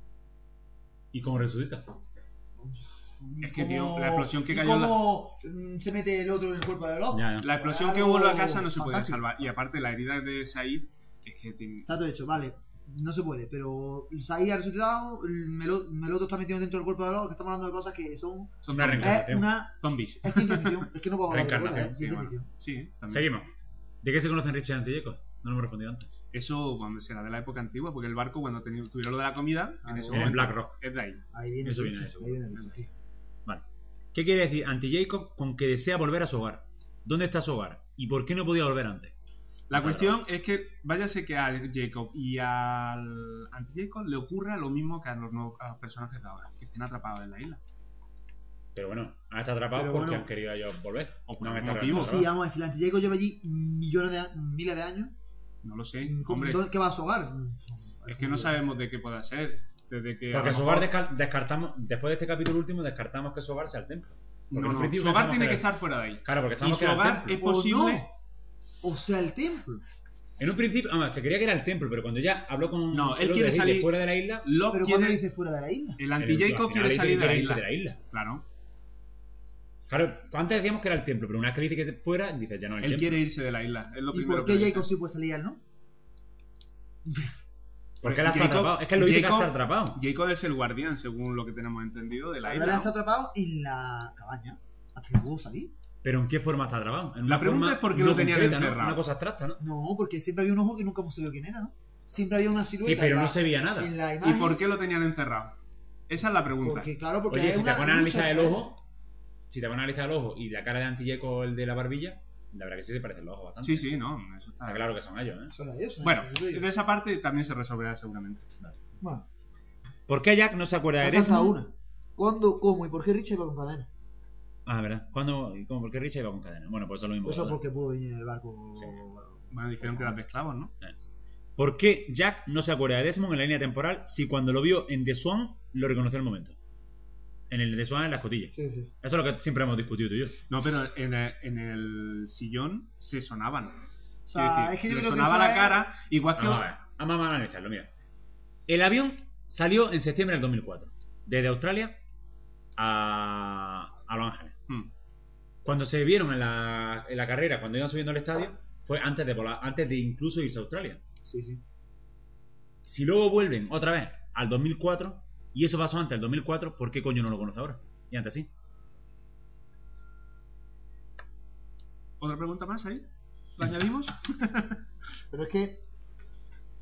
Speaker 2: ¿Y cómo resucita?
Speaker 3: Es que, tío,
Speaker 4: ¿Cómo-
Speaker 3: la explosión que
Speaker 4: y
Speaker 3: cayó en la-
Speaker 4: ¿Cómo mm, se mete el otro en el cuerpo de Locke?
Speaker 2: Ya, ya.
Speaker 3: La explosión que
Speaker 4: Claro,
Speaker 3: hubo en la casa no se puede
Speaker 4: fantástico.
Speaker 3: salvar. Y aparte, la herida de Said es que tiene-
Speaker 4: Está todo hecho, vale. no se puede, pero Sai ha resucitado, el Melo- Meloto está metido dentro del cuerpo de Lobo, que estamos hablando de cosas que son...
Speaker 3: Son
Speaker 2: Una
Speaker 3: zombies. Eh,
Speaker 4: Es
Speaker 2: Reencarnación.
Speaker 4: una...
Speaker 3: Zombies.
Speaker 4: Es ciencia ficción, es que no puedo hablar de otra cosa,
Speaker 3: Reencarnación.
Speaker 4: es
Speaker 3: Sí,
Speaker 4: ciencia
Speaker 3: bueno.
Speaker 4: ficción.
Speaker 3: Sí, eh, también.
Speaker 2: Seguimos. ¿De qué se conocen Richard Antillecos? No lo hemos respondido antes.
Speaker 3: Eso cuando será de la época antigua, porque el barco cuando teni- tuvieron lo de la comida,
Speaker 4: Ah,
Speaker 3: en ese
Speaker 4: bueno.
Speaker 2: En el Black
Speaker 3: momento,
Speaker 2: Rock.
Speaker 3: es de ahí.
Speaker 4: Ahí viene
Speaker 2: Eso
Speaker 4: el
Speaker 2: viene,
Speaker 4: bicho,
Speaker 2: eso
Speaker 4: ahí viene el bicho, sí.
Speaker 2: ¿Qué quiere decir Anti-Jacob con que desea volver a su hogar? ¿Dónde está su hogar? ¿Y por qué no podía volver antes?
Speaker 3: La
Speaker 2: Claro.
Speaker 3: cuestión es que váyase que a Jacob y al anti-Jacob le ocurra lo mismo que a los, nuevos- a los personajes de ahora, que estén atrapados en la isla.
Speaker 2: Pero bueno, ahora está atrapado
Speaker 4: Pero
Speaker 2: porque
Speaker 4: bueno.
Speaker 2: han querido ellos volver.
Speaker 3: O por
Speaker 2: No, me
Speaker 3: algún
Speaker 2: está
Speaker 3: motivo.
Speaker 2: raro.
Speaker 4: Sí, vamos a decir, el antillaco lleva allí millones de a- miles de años.
Speaker 3: No lo sé,
Speaker 4: ¿Cómo-
Speaker 3: hombre.
Speaker 4: dónde- ¿Qué va a su hogar?
Speaker 3: Es que no sabemos de qué pueda ser. Desde que a
Speaker 2: Porque
Speaker 3: lo
Speaker 2: su hogar
Speaker 3: mejor-
Speaker 2: desca- descartamos, después de este capítulo último, descartamos que su hogar sea el templo.
Speaker 3: No,
Speaker 2: porque en
Speaker 3: no,
Speaker 2: principio
Speaker 3: su hogar
Speaker 2: pensamos
Speaker 3: tiene
Speaker 2: que
Speaker 3: que
Speaker 2: era-
Speaker 3: estar fuera de ahí.
Speaker 2: Claro, porque
Speaker 3: Y
Speaker 2: sabemos que
Speaker 3: su
Speaker 2: era el
Speaker 3: hogar
Speaker 2: templo.
Speaker 3: es
Speaker 4: O
Speaker 3: posible.
Speaker 4: no. O sea, el templo.
Speaker 2: En un principio, ah, se creía que era el templo, pero cuando ya habló con
Speaker 3: No, él
Speaker 2: creo que
Speaker 3: quiere
Speaker 2: David
Speaker 3: salir-
Speaker 2: fuera de la isla,
Speaker 3: Locke
Speaker 4: Pero cuando
Speaker 3: quiere-
Speaker 4: dice fuera de la isla.
Speaker 3: El anti-Jacob
Speaker 2: al final
Speaker 3: quiere
Speaker 2: él
Speaker 3: salir de la
Speaker 2: quiere irse
Speaker 3: isla.
Speaker 2: de la isla.
Speaker 3: Claro,
Speaker 2: Claro, antes decíamos que era el templo, pero una vez que dice que fuera, dice ya no es el
Speaker 3: él
Speaker 2: templo.
Speaker 3: quiere irse de la isla. Es lo
Speaker 4: ¿Y
Speaker 3: primero
Speaker 4: por qué
Speaker 3: que
Speaker 4: Jacob
Speaker 3: dice.
Speaker 4: sí puede salir, no?
Speaker 2: Porque él está
Speaker 3: Jacob-
Speaker 2: atrapado. Es que lo dice que
Speaker 3: Jacob-
Speaker 2: está atrapado.
Speaker 3: Jacob es el guardián, según lo que tenemos entendido, de la
Speaker 4: Ahora le
Speaker 3: isla.
Speaker 4: está atrapado en la cabaña. Hasta que pudo salir.
Speaker 2: Pero ¿en qué forma está atrapado? En
Speaker 3: La
Speaker 2: una
Speaker 3: pregunta
Speaker 2: forma
Speaker 3: es por qué
Speaker 2: no
Speaker 3: lo tenían
Speaker 2: concreta, ¿no?
Speaker 3: encerrado.
Speaker 2: Una cosa abstracta, ¿no?
Speaker 4: No, porque siempre había un ojo que nunca hemos sabido quién era, ¿no? Siempre había una silueta
Speaker 2: Sí, pero
Speaker 4: en,
Speaker 2: no
Speaker 4: la,
Speaker 2: se veía nada.
Speaker 4: en la
Speaker 3: ¿Y
Speaker 4: imagen.
Speaker 3: por qué lo tenían encerrado? Esa es la pregunta.
Speaker 4: Porque, claro, porque
Speaker 2: Oye,
Speaker 4: es
Speaker 2: si te
Speaker 4: una
Speaker 2: pones a
Speaker 4: lucha
Speaker 2: analizar el
Speaker 4: entre-
Speaker 2: ojo, si te pones a analizar el ojo y la cara de Antilleco, el de la barbilla, la verdad que sí se parecen los ojos bastante.
Speaker 3: Sí, sí, no, eso está.
Speaker 2: Está claro que son ellos, ¿eh?
Speaker 4: Son ellos, son
Speaker 3: Bueno,
Speaker 4: ellos, yo te digo.
Speaker 3: de esa parte también se resolverá seguramente.
Speaker 4: Bueno,
Speaker 2: ¿Por qué Jack no se acuerda de
Speaker 4: esa es la una. ¿Cuándo, cómo y por qué Richard iba con cadena?
Speaker 2: Ah, ¿verdad? ¿Cuándo? ¿Y cómo? ¿Por qué Richard iba con cadena? Bueno, pues eso es lo mismo.
Speaker 4: Eso
Speaker 2: ¿verdad?
Speaker 4: porque pudo venir en el barco.
Speaker 2: Sí.
Speaker 3: Bueno, dijeron que eran de esclavos, ¿no?
Speaker 2: ¿Por qué Jack no se acuerda de Desmond en la línea temporal si cuando lo vio en The Swan lo reconoció al momento? En el The Swan en las cotillas.
Speaker 4: Sí, sí.
Speaker 2: Eso es lo que siempre hemos discutido tú y yo.
Speaker 3: No, pero en el, en el sillón se sonaban.
Speaker 4: O
Speaker 3: Quiero
Speaker 4: sea,
Speaker 3: decir,
Speaker 4: es que yo
Speaker 3: le
Speaker 4: creo que
Speaker 3: sonaba
Speaker 4: eso
Speaker 3: la
Speaker 4: es-
Speaker 3: cara, igual que
Speaker 2: Vamos a ver, vamos a analizarlo, mira. El avión salió en septiembre del 2004, desde Australia a, a Los Ángeles.
Speaker 3: Hmm.
Speaker 2: Cuando se vieron en la, en la carrera, cuando iban subiendo al estadio, fue antes de, volar- antes de incluso irse a Australia.
Speaker 4: Sí, sí.
Speaker 2: Si luego vuelven otra vez al 2004, y eso pasó antes del 2004, ¿por qué coño no lo conoce ahora? Y antes sí.
Speaker 3: otra pregunta más ahí. ¿La añadimos?
Speaker 4: Pero es que.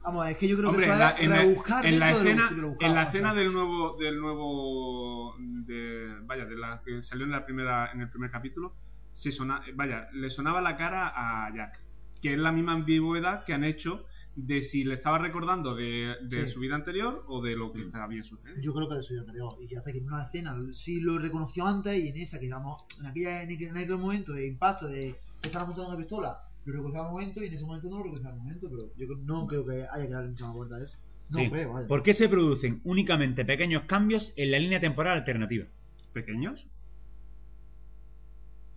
Speaker 4: Vamos, es que yo creo
Speaker 3: Hombre,
Speaker 4: que eso
Speaker 3: en la-
Speaker 4: es
Speaker 3: en la-
Speaker 4: rebuscar
Speaker 3: en la
Speaker 4: dentro de lo
Speaker 3: escena,
Speaker 4: Ah, que rebuscaba,
Speaker 3: en la
Speaker 4: o sea.
Speaker 3: escena del nuevo, del nuevo, de- vaya, de la que salió en la primera, en el primer capítulo, se sona- vaya, le sonaba la cara a Jack, que es la misma ambigüedad que han hecho de si le estaba recordando de, de
Speaker 4: Sí.
Speaker 3: su vida anterior o de lo que
Speaker 2: Mm.
Speaker 3: estaba había sucedido.
Speaker 4: Yo creo que de su vida anterior. Y hasta que en una escena sí lo reconoció antes y en esa que digamos, en aquella en aquel, en aquel momento de impacto de que están apuntando una pistola, lo reconoció al momento y en ese momento no lo reconoció al momento, pero yo creo- no creo que haya que darle mucha más vuelta a eso. No
Speaker 2: Sí.
Speaker 4: creo, vaya.
Speaker 2: ¿Por qué se producen únicamente pequeños cambios en la línea temporal alternativa?
Speaker 3: ¿Pequeños?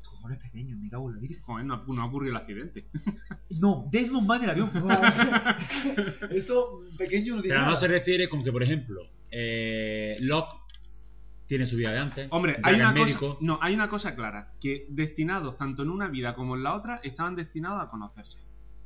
Speaker 4: Cojones pequeños, me cago en la virgen.
Speaker 3: Joder, no, ha- no ha ocurrido el accidente.
Speaker 4: No, Desmond va en el avión. eso pequeño no tiene
Speaker 2: Pero no
Speaker 4: nada.
Speaker 2: se refiere con que, por ejemplo, eh, Locke tiene su vida de antes.
Speaker 3: Hombre,
Speaker 2: Jack
Speaker 3: hay
Speaker 2: es
Speaker 3: una, cosa,
Speaker 2: médico.
Speaker 3: no, hay una cosa clara, que destinados tanto en una vida como en la otra estaban destinados a conocerse.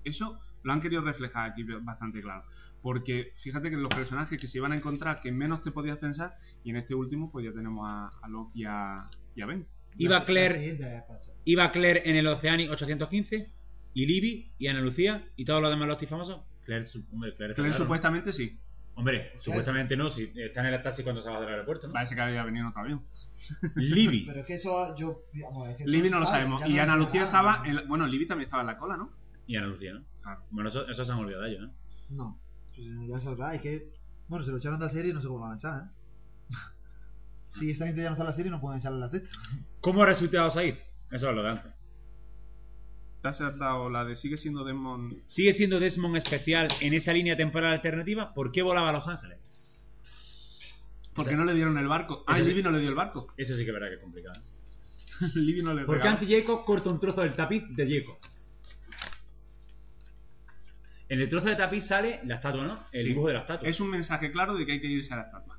Speaker 3: Eso lo han querido reflejar aquí bastante claro. Porque fíjate que los personajes que se iban a encontrar, que menos te podías pensar, y en este último pues ya tenemos a, a Locke y a, y a Ben.
Speaker 2: Iba
Speaker 4: La-
Speaker 2: Claire-
Speaker 4: la siguiente eh, es Pacha.
Speaker 2: Iba Claire en el Oceanic 815, y Libby, y Ana Lucía, y todos los demás Lost y famosos. Claire, su- hombre, Claire, está
Speaker 3: Entonces,
Speaker 2: claro, ¿no?
Speaker 3: supuestamente sí.
Speaker 2: Hombre, supuestamente no, si está en el taxi cuando se va del aeropuerto, ¿no?
Speaker 3: Parece que había venido otro avión.
Speaker 2: Libby.
Speaker 4: Pero es que eso yo. vamos, es que eso
Speaker 3: Libby
Speaker 4: se
Speaker 3: no lo
Speaker 4: sabe,
Speaker 3: sabemos.
Speaker 4: ya
Speaker 3: Y
Speaker 4: no Ah,
Speaker 3: Ana
Speaker 4: se sabe.
Speaker 3: Lucía estaba... en la- bueno, Libby también estaba en la cola, ¿no?
Speaker 2: Y Ana Lucía, ¿no?
Speaker 3: Claro.
Speaker 2: Bueno, eso, eso se han olvidado de ellos, ¿no?
Speaker 4: No, pues, eh, ya eso es verdad, es que. Bueno, se lo echaron de la serie y no sé cómo lo van a echar, ¿eh? si esa gente ya no está en la serie, no pueden echarle la sexta.
Speaker 2: ¿Cómo ha resultado salir? Eso es lo de antes.
Speaker 3: Te has acertado la de sigue siendo Desmond.
Speaker 2: ¿Sigue siendo Desmond especial en esa línea temporal alternativa? ¿Por qué volaba a Los Ángeles?
Speaker 3: ¿Por
Speaker 2: Esa-
Speaker 3: qué no le dieron el barco? Ah,
Speaker 2: Esa-
Speaker 3: Libby no le dio el barco.
Speaker 2: Eso sí que verá que es complicado. ¿eh?
Speaker 3: Libby no le
Speaker 2: ¿Por qué
Speaker 3: regaló.
Speaker 2: anti Jacob corta un trozo del tapiz de Jacob? En el trozo de tapiz sale la estatua, ¿no? El
Speaker 3: Sí.
Speaker 2: dibujo de la estatua.
Speaker 3: Es un mensaje claro de que hay que irse a la estatua.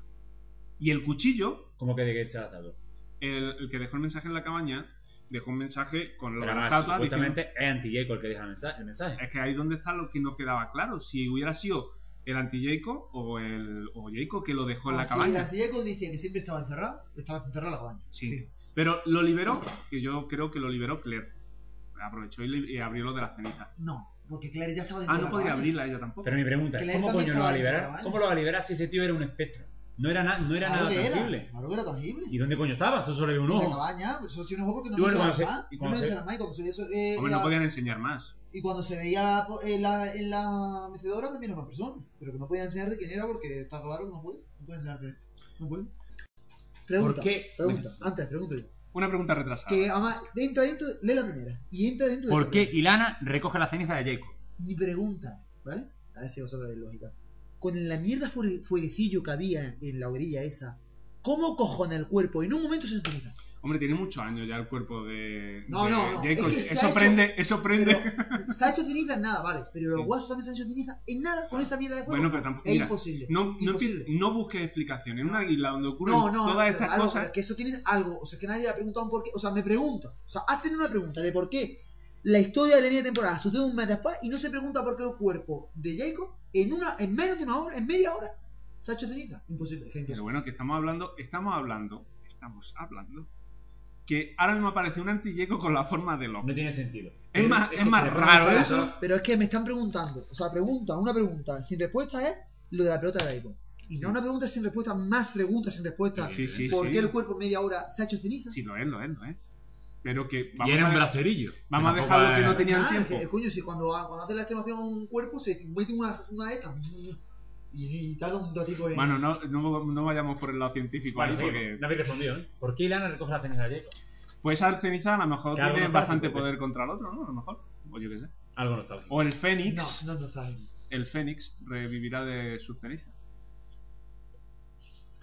Speaker 3: Y el cuchillo,
Speaker 2: Como que de que está la estatua.
Speaker 3: el, el que dejó el mensaje en la cabaña, dejó un mensaje con lo
Speaker 2: Pero
Speaker 3: de la
Speaker 2: además,
Speaker 3: estatua diciendo- Eh,
Speaker 2: supuestamente es anti Jacob el que deja el mensaje. el mensaje.
Speaker 3: Es que ahí donde está lo que no quedaba claro. Si hubiera sido ¿El anti-Jacob o el o Jacob que lo dejó en la
Speaker 4: Así, El
Speaker 3: cabaña?
Speaker 4: antilleco dice que siempre estaba encerrado, estaba encerrado en la cabaña.
Speaker 3: Sí. Pero lo liberó, que yo creo que lo liberó Claire. Aprovechó y, li- y abrió lo de la ceniza.
Speaker 4: No, porque Claire ya estaba dentro
Speaker 3: Ah,
Speaker 4: de
Speaker 3: no
Speaker 4: la
Speaker 3: podía
Speaker 4: cabaña.
Speaker 3: abrirla ella tampoco.
Speaker 2: Pero mi pregunta
Speaker 4: Que
Speaker 2: es,
Speaker 4: la
Speaker 2: ¿cómo
Speaker 4: Elsa
Speaker 2: coño lo va a
Speaker 4: estaba
Speaker 2: liberar?
Speaker 4: chaval.
Speaker 2: ¿Cómo lo va a liberar si ese tío era un espectro? No era, na- no era
Speaker 4: Claro
Speaker 2: nada
Speaker 4: que era,
Speaker 2: tangible.
Speaker 4: claro que era tangible.
Speaker 2: ¿Y dónde coño estaba? Eso solo había un
Speaker 4: En la
Speaker 2: ojo.
Speaker 4: cabaña, pues eso sí un ojo porque no
Speaker 2: Y bueno,
Speaker 4: lo
Speaker 2: cuando se-
Speaker 4: enseñaban más.
Speaker 2: y
Speaker 4: No
Speaker 2: cuando
Speaker 4: lo
Speaker 2: se-
Speaker 4: enseñaban más y cuando se veía eso, eh,
Speaker 3: Hombre,
Speaker 4: era-
Speaker 3: no podían enseñar más.
Speaker 4: Y cuando se veía po- en la, en la mecedora también era una persona, pero que no podía enseñar de quién era porque está claro que no puede. No puede enseñarte. No puede. Pregunta,
Speaker 2: ¿Por qué?
Speaker 4: Pregunta, antes, pregunto yo.
Speaker 3: Una pregunta retrasada.
Speaker 4: Que además, entra dentro, lee la primera. Y entra dentro de
Speaker 2: ¿Por
Speaker 4: esa
Speaker 2: qué
Speaker 4: primera.
Speaker 2: Ilana recoge la ceniza de Jacob?
Speaker 4: Mi pregunta, ¿vale? A ver si vosotros veis lógica. Con la mierda fue- fueguecillo que había en la orilla esa, ¿cómo cojona el cuerpo? En un momento se utiliza.
Speaker 3: Hombre, tiene muchos años ya el cuerpo de,
Speaker 4: No,
Speaker 3: de
Speaker 4: no, no.
Speaker 3: Jacob.
Speaker 4: Es que se ha
Speaker 3: eso
Speaker 4: hecho-
Speaker 3: prende, eso prende.
Speaker 4: Pero se ha hecho ceniza en nada, vale. Pero
Speaker 3: Sí.
Speaker 4: los guasos también se han hecho ceniza en nada con esa mierda de fuego.
Speaker 3: Bueno, pero tampoco-
Speaker 4: es
Speaker 3: mira,
Speaker 4: imposible.
Speaker 3: No, no,
Speaker 4: Imposible.
Speaker 3: empie- no busques explicación. En una isla donde ocurren
Speaker 4: No, no,
Speaker 3: todas
Speaker 4: no,
Speaker 3: estas
Speaker 4: pero algo,
Speaker 3: cosas.
Speaker 4: pero que eso tiene algo. O sea, que nadie le ha preguntado un por qué. O sea, me pregunto. O sea, hacen una pregunta de por qué la historia de la línea temporal sucede un mes después y no se pregunta por qué el cuerpo de Jacob en una en menos de una hora, en media hora, se ha hecho ceniza. Imposible, es que
Speaker 3: Pero
Speaker 4: imposible.
Speaker 3: bueno, que estamos hablando, estamos hablando, estamos hablando. Que ahora mismo aparece un antilleco con la forma de loco.
Speaker 2: No tiene sentido.
Speaker 3: Es más- es más
Speaker 2: se le
Speaker 3: raro
Speaker 2: rompe
Speaker 3: eso.
Speaker 2: todo.
Speaker 4: Pero es que me están preguntando. O sea, pregunta, una pregunta sin respuesta es lo de la pelota de Jacob. Y
Speaker 3: Sí.
Speaker 4: no una pregunta sin respuesta, más preguntas sin respuesta.
Speaker 3: Sí, sí,
Speaker 4: ¿Por
Speaker 3: sí.
Speaker 4: qué el cuerpo en media hora se ha hecho ceniza?
Speaker 3: Sí, lo es, lo es, lo es. Pero que
Speaker 2: Y era
Speaker 3: a
Speaker 2: un
Speaker 3: ver-
Speaker 2: bracerillo.
Speaker 3: vamos a
Speaker 2: Tampoco
Speaker 3: dejarlo que no
Speaker 2: es-
Speaker 3: tenían
Speaker 4: Nada,
Speaker 3: tiempo.
Speaker 4: Ah, que, coño, si cuando, ah, cuando haces la extremación a un cuerpo se mete una, una de estas. Y, y tarda un ratito en.
Speaker 3: Bueno, no, no, no vayamos por el lado científico
Speaker 2: Vale,
Speaker 3: ahí,
Speaker 2: sí,
Speaker 3: porque.
Speaker 2: No habéis respondido, ¿eh? ¿Por qué Ilana recoge la ceniza de Jacob?
Speaker 3: Pues esa ceniza a lo mejor
Speaker 2: Claro,
Speaker 3: tiene
Speaker 2: no,
Speaker 3: bastante
Speaker 2: porque-
Speaker 3: poder contra el otro, ¿no? A lo mejor. O yo qué sé.
Speaker 2: Algo nostálgico.
Speaker 3: O el
Speaker 4: no,
Speaker 3: Fénix.
Speaker 4: no, no está bien.
Speaker 3: El Fénix revivirá de sus cenizas.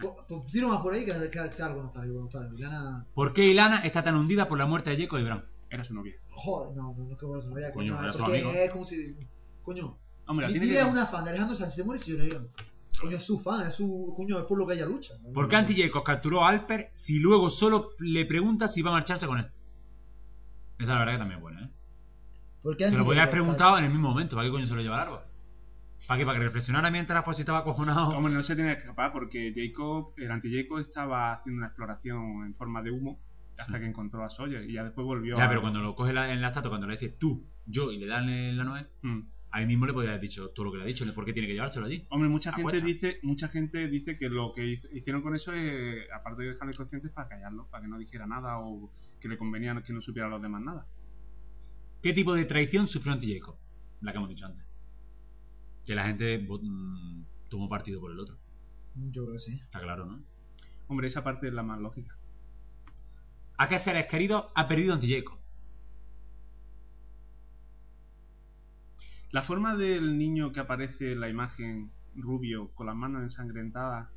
Speaker 4: Po- po- Tiro más por ahí que, que, que algo no está bien. No está bien. Lana-
Speaker 2: ¿Por qué Ilana está tan hundida por la muerte de Jacob y Bran?
Speaker 3: Era su novia.
Speaker 4: Joder, no, no, no es que bueno, se me vaya,
Speaker 2: Coño,
Speaker 4: coño.
Speaker 2: era su
Speaker 4: porque
Speaker 2: amigo.
Speaker 4: es como si. Coño,
Speaker 3: Hombre, la
Speaker 4: mi
Speaker 3: tiene
Speaker 4: tía
Speaker 3: que.
Speaker 4: es una fan de Alejandro Sanz, se muere si yo no digo. Coño, es su fan, es su. Coño, es por lo que ella lucha.
Speaker 2: ¿Por qué Anti-Jacob capturó a Alper si luego solo le pregunta si va a marcharse con él? Esa la verdad que también es buena, ¿eh?
Speaker 4: Porque
Speaker 2: Se lo
Speaker 4: antes-
Speaker 2: podía haber preguntado en el mismo momento. ¿Para qué coño se lo lleva el árbol? ¿Para qué? ¿Para que reflexionara mientras pues si estaba acojonado?
Speaker 3: Hombre, no se tiene que escapar porque Jacob, el anti-Jacob estaba haciendo una exploración en forma de humo hasta
Speaker 2: Sí.
Speaker 3: que encontró a Sawyer y ya después volvió
Speaker 2: Ya,
Speaker 3: a-
Speaker 2: pero cuando lo coge la- en la estatua, cuando le dice tú, yo y le dan el- la nuez,
Speaker 3: Mm.
Speaker 2: ahí mismo le podría haber dicho todo lo que le ha dicho. ¿Por qué tiene que llevárselo allí?
Speaker 3: Hombre, mucha gente
Speaker 2: Apuesta.
Speaker 3: dice, mucha gente dice que lo que hiz- hicieron con eso es, aparte de dejarle conscientes para callarlo, para que no dijera nada o que le convenía que no supiera a los demás nada.
Speaker 2: ¿Qué tipo de traición sufrió Anti-Jacob? La que hemos dicho antes. Que la gente vo- mm, tomó partido por el otro.
Speaker 4: Yo creo que sí.
Speaker 2: Está claro, ¿no?
Speaker 3: Hombre, esa parte es la más lógica.
Speaker 2: ¿A qué seres queridos ha perdido Anti-Jacob?
Speaker 3: La forma del niño que aparece en la imagen rubio con las manos ensangrentadas,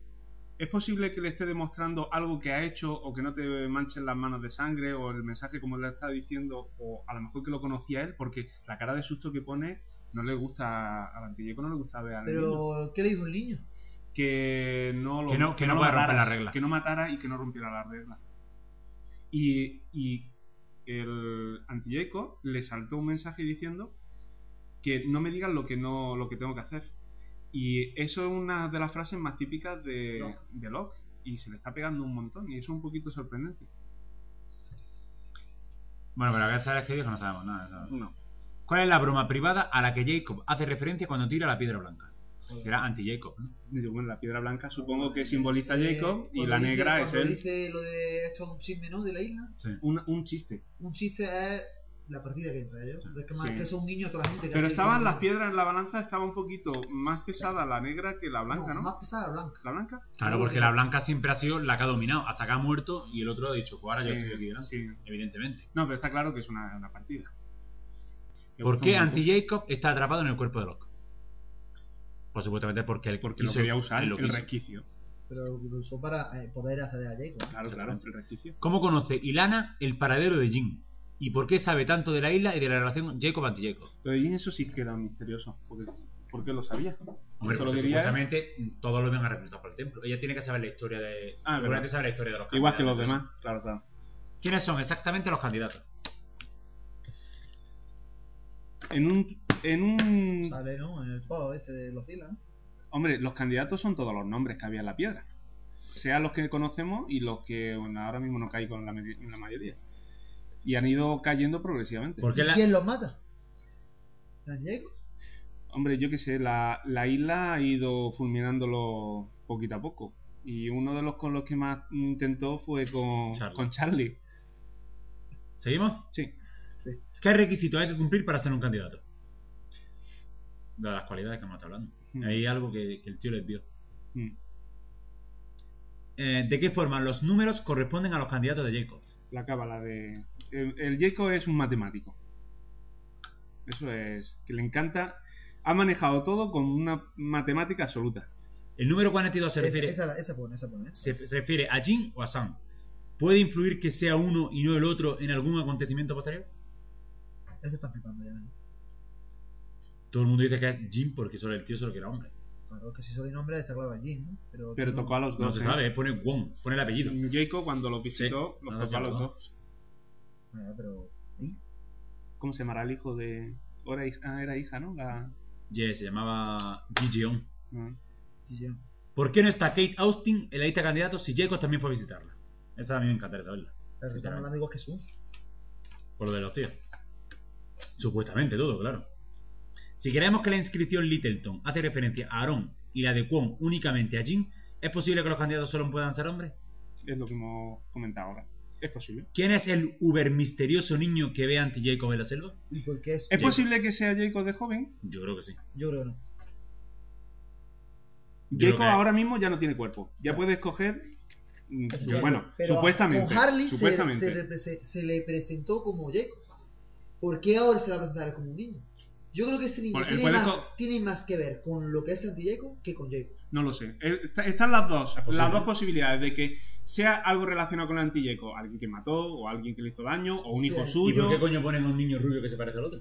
Speaker 3: ¿es posible que le esté demostrando algo que ha hecho o que no te manchen las manos de sangre o el mensaje como le está diciendo o a lo mejor que lo conocía él porque la cara de susto que pone no le gusta al antilleco, no le gusta ver al niño.
Speaker 4: Pero, ¿qué le dijo el niño?
Speaker 3: que no lo-
Speaker 2: Que no- que no
Speaker 3: lo
Speaker 2: pueda romper
Speaker 3: mataras,
Speaker 2: la regla.
Speaker 3: que no matara y que no rompiera la regla. Y, y el antilleco le saltó un mensaje diciendo que no me digan lo que no lo que tengo que hacer. Y eso es una de las frases más típicas de
Speaker 4: Locke.
Speaker 3: de Locke y se le está pegando un montón y eso es un poquito sorprendente.
Speaker 2: Bueno, pero a qué seres queridos no sabemos nada. eso.
Speaker 3: No.
Speaker 2: ¿Cuál es la broma privada a la que Jacob hace referencia cuando tira la piedra blanca? Será anti-Jacob, ¿no?
Speaker 3: Y yo, bueno, la piedra blanca supongo que simboliza a
Speaker 4: Eh,
Speaker 3: Jacob y
Speaker 4: cuando
Speaker 3: la
Speaker 4: dice-
Speaker 3: negra es
Speaker 4: cuando
Speaker 3: él.
Speaker 4: dice lo de esto es un chisme, ¿no? De la isla.
Speaker 2: Sí.
Speaker 3: Un, un chiste.
Speaker 4: un chiste es la partida que entra ellos. Es que más
Speaker 3: Sí.
Speaker 4: que son niños toda la gente que
Speaker 3: Pero
Speaker 4: hace-
Speaker 3: estaban
Speaker 4: que-
Speaker 3: las piedras en la balanza, estaba un poquito más pesada la negra que la blanca, ¿no?
Speaker 4: Más pesada la blanca.
Speaker 3: ¿La blanca?
Speaker 2: Claro, porque la blanca siempre ha sido la que ha dominado, hasta que ha muerto y el otro ha dicho, pues ahora yo estoy aquí delante,
Speaker 3: sí.
Speaker 2: evidentemente.
Speaker 3: No, pero está claro que es una, una partida. Me
Speaker 2: ¿Por
Speaker 3: gusta
Speaker 2: qué
Speaker 3: un montón.
Speaker 2: anti-Jacob está atrapado en el cuerpo de Locke? Pues supuestamente porque él
Speaker 3: Porque
Speaker 2: quiso-
Speaker 3: lo quería usar,
Speaker 2: él lo
Speaker 3: el
Speaker 2: quiso.
Speaker 3: resquicio.
Speaker 4: Pero lo usó para eh, poder acceder a Jacob.
Speaker 3: Claro, claro,
Speaker 2: Exactamente.
Speaker 3: el resquicio.
Speaker 2: ¿Cómo conoce Ilana el paradero de Jin? ¿Y por qué sabe tanto de la isla y de la relación Jacob-anti-Jacob?
Speaker 3: Lo de Jin eso sí que era misterioso. Porque, porque lo sabía.
Speaker 2: Hombre,
Speaker 3: Eso lo
Speaker 2: porque
Speaker 3: diría-
Speaker 2: supuestamente todos lo van a reclutar por el templo. Ella tiene que saber la historia de...
Speaker 3: Ah,
Speaker 2: seguramente
Speaker 3: verdad.
Speaker 2: sabe la historia de los
Speaker 3: Igual que los
Speaker 2: candidatos.
Speaker 3: demás. Claro, claro.
Speaker 2: ¿Quiénes son exactamente los candidatos?
Speaker 3: En un. En un.
Speaker 4: Sale, ¿no? En el pod este de los Dylan.
Speaker 3: Hombre, los candidatos son todos los nombres que había en la piedra. Sean los que conocemos y los que bueno, ahora mismo no caen con la, me- la mayoría. Y han ido cayendo progresivamente.
Speaker 2: ¿Por
Speaker 4: ¿Y
Speaker 2: qué la-
Speaker 4: quién los mata? ¿Naniego?
Speaker 3: Hombre, yo qué sé, la, la isla ha ido fulminándolo poquito a poco. Y uno de los con los que más intentó fue con
Speaker 2: Charlie.
Speaker 3: con Charlie.
Speaker 2: ¿Seguimos?
Speaker 3: Sí.
Speaker 2: ¿Qué requisito hay que cumplir para ser un candidato? De las cualidades que hemos estado hablando.
Speaker 3: Mm.
Speaker 2: Hay algo que, que el tío les vio.
Speaker 3: Mm.
Speaker 2: Eh, ¿De qué forma los números corresponden a los candidatos de Jacob?
Speaker 3: La cábala de. El, el Jacob es un matemático. Eso es. Que le encanta. Ha manejado todo con una matemática absoluta.
Speaker 2: El número 42 se
Speaker 4: Es-
Speaker 2: refiere,
Speaker 4: esa, la- esa pone, esa pone. ¿eh?
Speaker 2: se se refiere a Jin o a Sam. ¿Puede influir que sea uno y no el otro en algún acontecimiento posterior?
Speaker 4: Eso está flipando ya. ¿eh?
Speaker 2: Todo el mundo dice que es Jin porque solo el tío solo que era hombre.
Speaker 4: Claro, que si solo hay nombre está claro allí, ¿no? Pero,
Speaker 3: Pero
Speaker 4: tú
Speaker 3: tocó a los dos.
Speaker 2: No se
Speaker 3: ¿eh?
Speaker 2: sabe, pone Wong, pone el apellido.
Speaker 3: Jacob, cuando los visitó,
Speaker 2: Sí,
Speaker 3: los
Speaker 2: nada,
Speaker 3: tocó a
Speaker 2: sí,
Speaker 3: los
Speaker 2: ¿no?
Speaker 3: dos.
Speaker 4: Ah, pero... ¿y?
Speaker 3: ¿Cómo se llamará el hijo de.? Ahora hija- ah, era hija, ¿no? La-
Speaker 2: Yeah, se llamaba Gideon.
Speaker 3: no.
Speaker 4: Sí, sí.
Speaker 2: ¿Por qué no está Kate Austin en la lista de candidatos si Jacob también fue a visitarla? Esa a mí me encantaría saberla.
Speaker 4: Pero estamos hablando igual que su.
Speaker 2: Por lo de los tíos. Supuestamente todo, claro. Si queremos que la inscripción Littleton hace referencia a Aaron y la de Kwon únicamente a Jin, ¿es posible que los candidatos solo puedan ser hombres?
Speaker 3: Es lo que hemos comentado ahora. Es posible.
Speaker 2: ¿Quién es el uber misterioso niño que ve anti Jacob en la selva?
Speaker 4: ¿Y por qué es?
Speaker 3: ¿Es
Speaker 2: Jacob.
Speaker 3: posible que sea Jacob de joven?
Speaker 2: Yo creo que sí.
Speaker 4: Yo creo que no.
Speaker 2: Yo creo
Speaker 3: Jacob
Speaker 2: que-
Speaker 3: ahora mismo ya no tiene cuerpo. Ya puede escoger. mm,
Speaker 4: Efectivamente.
Speaker 3: Bueno,
Speaker 4: Pero
Speaker 3: supuestamente.
Speaker 4: Con Harley se-
Speaker 3: supuestamente.
Speaker 4: Se, le prese- se le presentó como Jacob. ¿Por qué ahora se la presentará como un niño? Yo creo que ese niño
Speaker 3: Bueno,
Speaker 4: tiene,
Speaker 3: puede
Speaker 4: más,
Speaker 3: co-
Speaker 4: tiene más que ver con lo que es anti-Jacob que con Jacob.
Speaker 3: No lo sé. Eh, está- están las dos,
Speaker 2: Es posible.
Speaker 3: las dos posibilidades de que sea algo relacionado con el antilleco, alguien que mató, o alguien que le hizo daño, o un hijo
Speaker 2: ¿Y
Speaker 4: Sí.
Speaker 2: por
Speaker 3: suyo.
Speaker 2: qué coño ponen a un niño rubio que se parece al otro?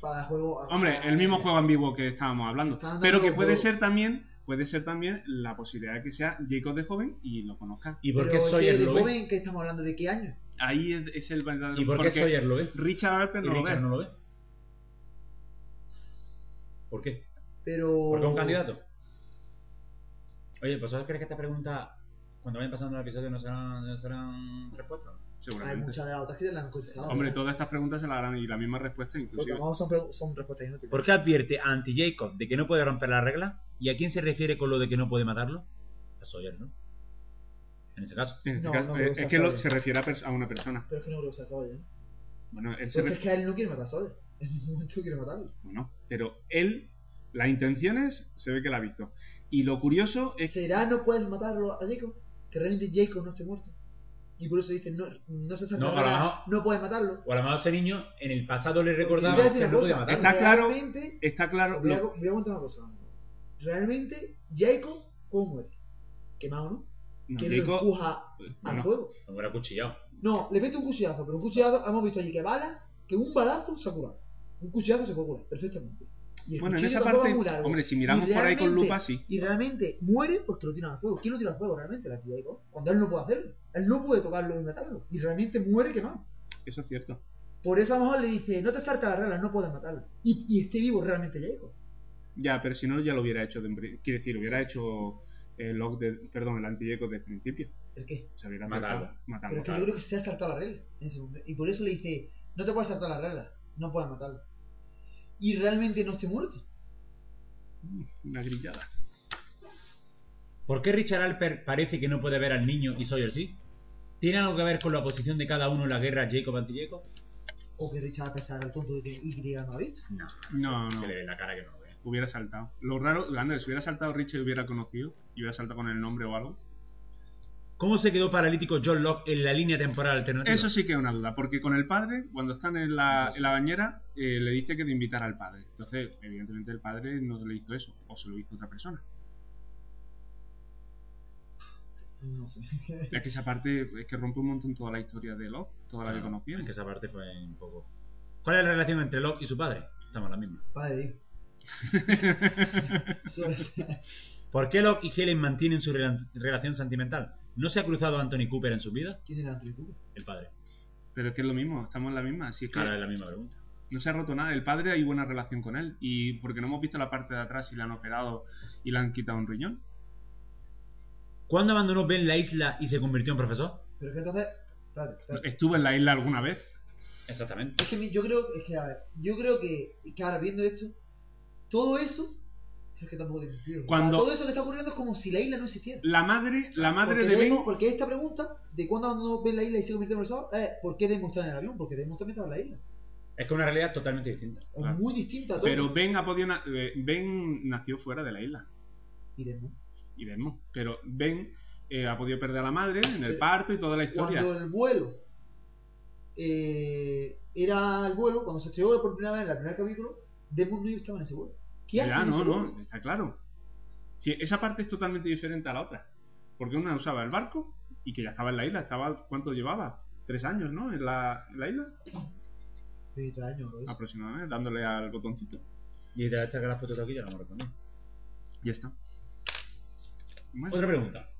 Speaker 4: Para el juego.
Speaker 3: Hombre, el mismo juego ambiguo que estábamos hablando.
Speaker 4: Está dando
Speaker 3: Pero que
Speaker 4: juego.
Speaker 3: puede ser también, puede ser también la posibilidad de que sea Jacob de joven y lo conozca.
Speaker 2: ¿Y por
Speaker 4: Pero
Speaker 2: qué soy
Speaker 4: que
Speaker 2: el
Speaker 4: de
Speaker 2: lobe?
Speaker 4: joven que estamos hablando de qué año?
Speaker 3: Ahí es, es el verdadero.
Speaker 2: ¿Y por qué
Speaker 3: porque
Speaker 2: soy el lobe?
Speaker 3: Richard Alper
Speaker 2: ¿Y
Speaker 3: no lo
Speaker 2: Richard
Speaker 3: ve.
Speaker 2: no lo ve? ¿Por qué?
Speaker 4: Pero.
Speaker 2: ¿Por qué
Speaker 3: Oh.
Speaker 2: un candidato? Oye, ¿vosotros crees que esta pregunta, cuando vayan pasando el episodio, no serán, no serán respuestas?
Speaker 4: Hay
Speaker 3: Seguramente.
Speaker 4: muchas de las otras que ya las han contestado.
Speaker 3: Hombre,
Speaker 4: ¿verdad?
Speaker 3: todas estas preguntas se las harán y la misma respuesta
Speaker 4: Porque
Speaker 3: inclusive.
Speaker 4: vamos son, pre- son respuestas inútiles.
Speaker 2: ¿Por qué advierte a Anti Jacob de que no puede romper la regla? ¿Y a quién se refiere con lo de que no puede matarlo? A Sawyer, ¿no? En ese caso.
Speaker 3: En este
Speaker 4: No,
Speaker 3: caso,
Speaker 4: no creo
Speaker 3: eh,
Speaker 4: que
Speaker 3: es,
Speaker 4: sea
Speaker 3: que lo-
Speaker 4: Sawyer.
Speaker 3: se refiere a, pers- a una persona.
Speaker 4: Pero es que no creo que sea Sawyer. ¿eh?
Speaker 3: Bueno, él se
Speaker 4: Porque es
Speaker 3: refiere.
Speaker 4: que a él no quiere matar a Sawyer. En ningún momento quiere matarlo.
Speaker 3: Bueno, pero él, las intenciones, se ve que la ha visto. Y lo curioso es
Speaker 4: ¿Será "Ah, no puedes matarlo a Jacob? Que realmente Jacob no esté muerto. Y por eso dicen, no, no se
Speaker 2: No,
Speaker 4: salta
Speaker 2: a
Speaker 4: la
Speaker 2: lo
Speaker 4: regla,
Speaker 2: mejor-
Speaker 4: no puedes matarlo.
Speaker 2: O a lo mejor ese niño, en el pasado le recordaba
Speaker 4: Recordar voy a decir
Speaker 2: que
Speaker 4: una
Speaker 2: no podía
Speaker 4: cosa.
Speaker 2: matarlo.
Speaker 3: Está claro-
Speaker 4: Realmente,
Speaker 3: está claro.
Speaker 4: voy, a,
Speaker 3: lo-
Speaker 4: voy a contar una cosa. Realmente, Jacob, ¿cómo muere? Quemado, ¿no?
Speaker 3: no,
Speaker 4: Que
Speaker 3: Jacob-
Speaker 4: lo empuja al
Speaker 3: bueno,
Speaker 4: fuego.
Speaker 2: Me hubiera cuchillado.
Speaker 4: No, le mete un cuchillazo, pero un cuchillazo, hemos visto allí que bala, que un balazo se ha curado. Un cuchillazo se puede curar, perfectamente. Y el
Speaker 3: bueno, en
Speaker 4: cuchillo
Speaker 3: esa
Speaker 4: tampoco
Speaker 3: parte,
Speaker 4: es muy largo.
Speaker 3: hombre, si miramos
Speaker 4: Y
Speaker 3: por ahí con
Speaker 4: realmente-
Speaker 3: lupa, sí.
Speaker 4: Y realmente muere porque lo tiran al fuego. ¿Quién lo tira al fuego realmente? La tía Jacob. Cuando él no puede hacerlo. Él no puede tocarlo y matarlo. Y realmente muere quemado.
Speaker 3: Eso es cierto.
Speaker 4: Por eso a lo mejor le dice, no te saltas las reglas, no puedes matarlo. Y, y esté vivo realmente Jacob.
Speaker 3: Ya, pero si no, ya lo hubiera hecho. De, quiere decir, hubiera hecho el log de, perdón, el antilleco desde el principio.
Speaker 4: ¿El qué?
Speaker 3: Se hubiera
Speaker 2: Matarlo.
Speaker 3: acercado, matarlo,
Speaker 4: Pero es que yo
Speaker 3: claro.
Speaker 4: creo que se ha saltado la regla en ese momento. Y por eso le dice, no te puedes saltar la regla, no puedes matarlo. Y realmente no esté muerto.
Speaker 3: Una grillada.
Speaker 2: ¿Por qué Richard Alper parece que no puede ver al niño y Sawyer sí? ¿Tiene algo que ver con la posición de cada uno en la guerra Jacob anti Jacob?
Speaker 4: O que Richard pensaba el tonto de que Y no ha visto.
Speaker 2: No,
Speaker 3: No, no.
Speaker 2: Se le ve en la cara que no lo ve.
Speaker 3: Hubiera saltado. Lo raro, Andrés, si hubiera saltado Richie, hubiera conocido. Y hubiera saltado con el nombre o algo.
Speaker 2: ¿Cómo se quedó paralítico John Locke en la línea temporal alternativa?
Speaker 3: Eso sí que es una duda, porque con el padre, cuando están en la,
Speaker 2: Eso sí.
Speaker 3: en la bañera, eh, le dice que de invitar al padre. Entonces, evidentemente, el padre no le hizo eso, o se lo hizo otra persona.
Speaker 4: No sé.
Speaker 3: Ya que esa parte es que rompe un montón toda la historia de Locke, toda la que
Speaker 2: Es
Speaker 3: conocíamos.
Speaker 2: que esa parte fue un poco. ¿Cuál es la relación entre Locke y su padre? Estamos en la misma.
Speaker 4: Padre, hijo. Eso es-
Speaker 2: ¿Por qué Locke y Helen mantienen su rela- relación sentimental? ¿No se ha cruzado Anthony Cooper en su vida?
Speaker 4: ¿Quién era el antiguo?
Speaker 2: El padre.
Speaker 3: Pero es que es lo mismo, estamos en la misma. Así es que
Speaker 2: Claro, es la misma pregunta.
Speaker 3: No se ha roto nada. El padre hay buena relación con él. Y porque no hemos visto la parte de atrás si le han operado y le han quitado un riñón.
Speaker 2: ¿Cuándo abandonó Ben la isla y se convirtió en profesor?
Speaker 4: Pero es que entonces. Espérate, espérate.
Speaker 3: ¿Estuvo en la isla alguna vez?
Speaker 2: Exactamente.
Speaker 4: Es que mi- yo creo, es que, a ver, yo creo que, que ahora viendo esto, todo eso. Es que tampoco tiene sentido. O sea,
Speaker 3: Cuando-
Speaker 4: todo eso que está ocurriendo es como si la isla no existiera.
Speaker 3: La madre, la madre
Speaker 4: porque,
Speaker 3: de Ben.
Speaker 4: Demo- porque esta pregunta de cuándo abandonó Ben la isla y se convirtió en profesor es ¿por qué Demo está en el avión? Porque Demo también estaba en la isla.
Speaker 2: Es que una realidad totalmente distinta.
Speaker 4: Es
Speaker 3: Claro.
Speaker 4: muy distinta a todo.
Speaker 3: Pero Ben ha podido. na- eh, Ben nació fuera de la isla.
Speaker 4: Y Demo.
Speaker 3: Y vemos. Pero Ben eh, ha podido perder a la madre en el
Speaker 4: Pero-
Speaker 3: parto y toda la historia.
Speaker 4: Eh, Cuando el vuelo eh, era el vuelo, cuando se estrelló por primera vez en el primer capítulo, Demo no estaba en ese vuelo. ¿Qué hace
Speaker 3: Ya,
Speaker 4: en ese
Speaker 3: no,
Speaker 4: vuelo?
Speaker 3: no, está claro. Sí, esa parte es totalmente diferente a la otra. Porque una usaba el barco y que ya estaba en la isla. Estaba, ¿Cuánto llevaba? Tres años, ¿no? En la, en la isla.
Speaker 4: Sí, tres años, lo hizo.
Speaker 3: Ah, Aproximadamente, dándole al botoncito.
Speaker 2: Y de esta que la has puesto tú aquí ya no me respondí.
Speaker 3: Ya está. Bueno,
Speaker 2: Otra pregunta.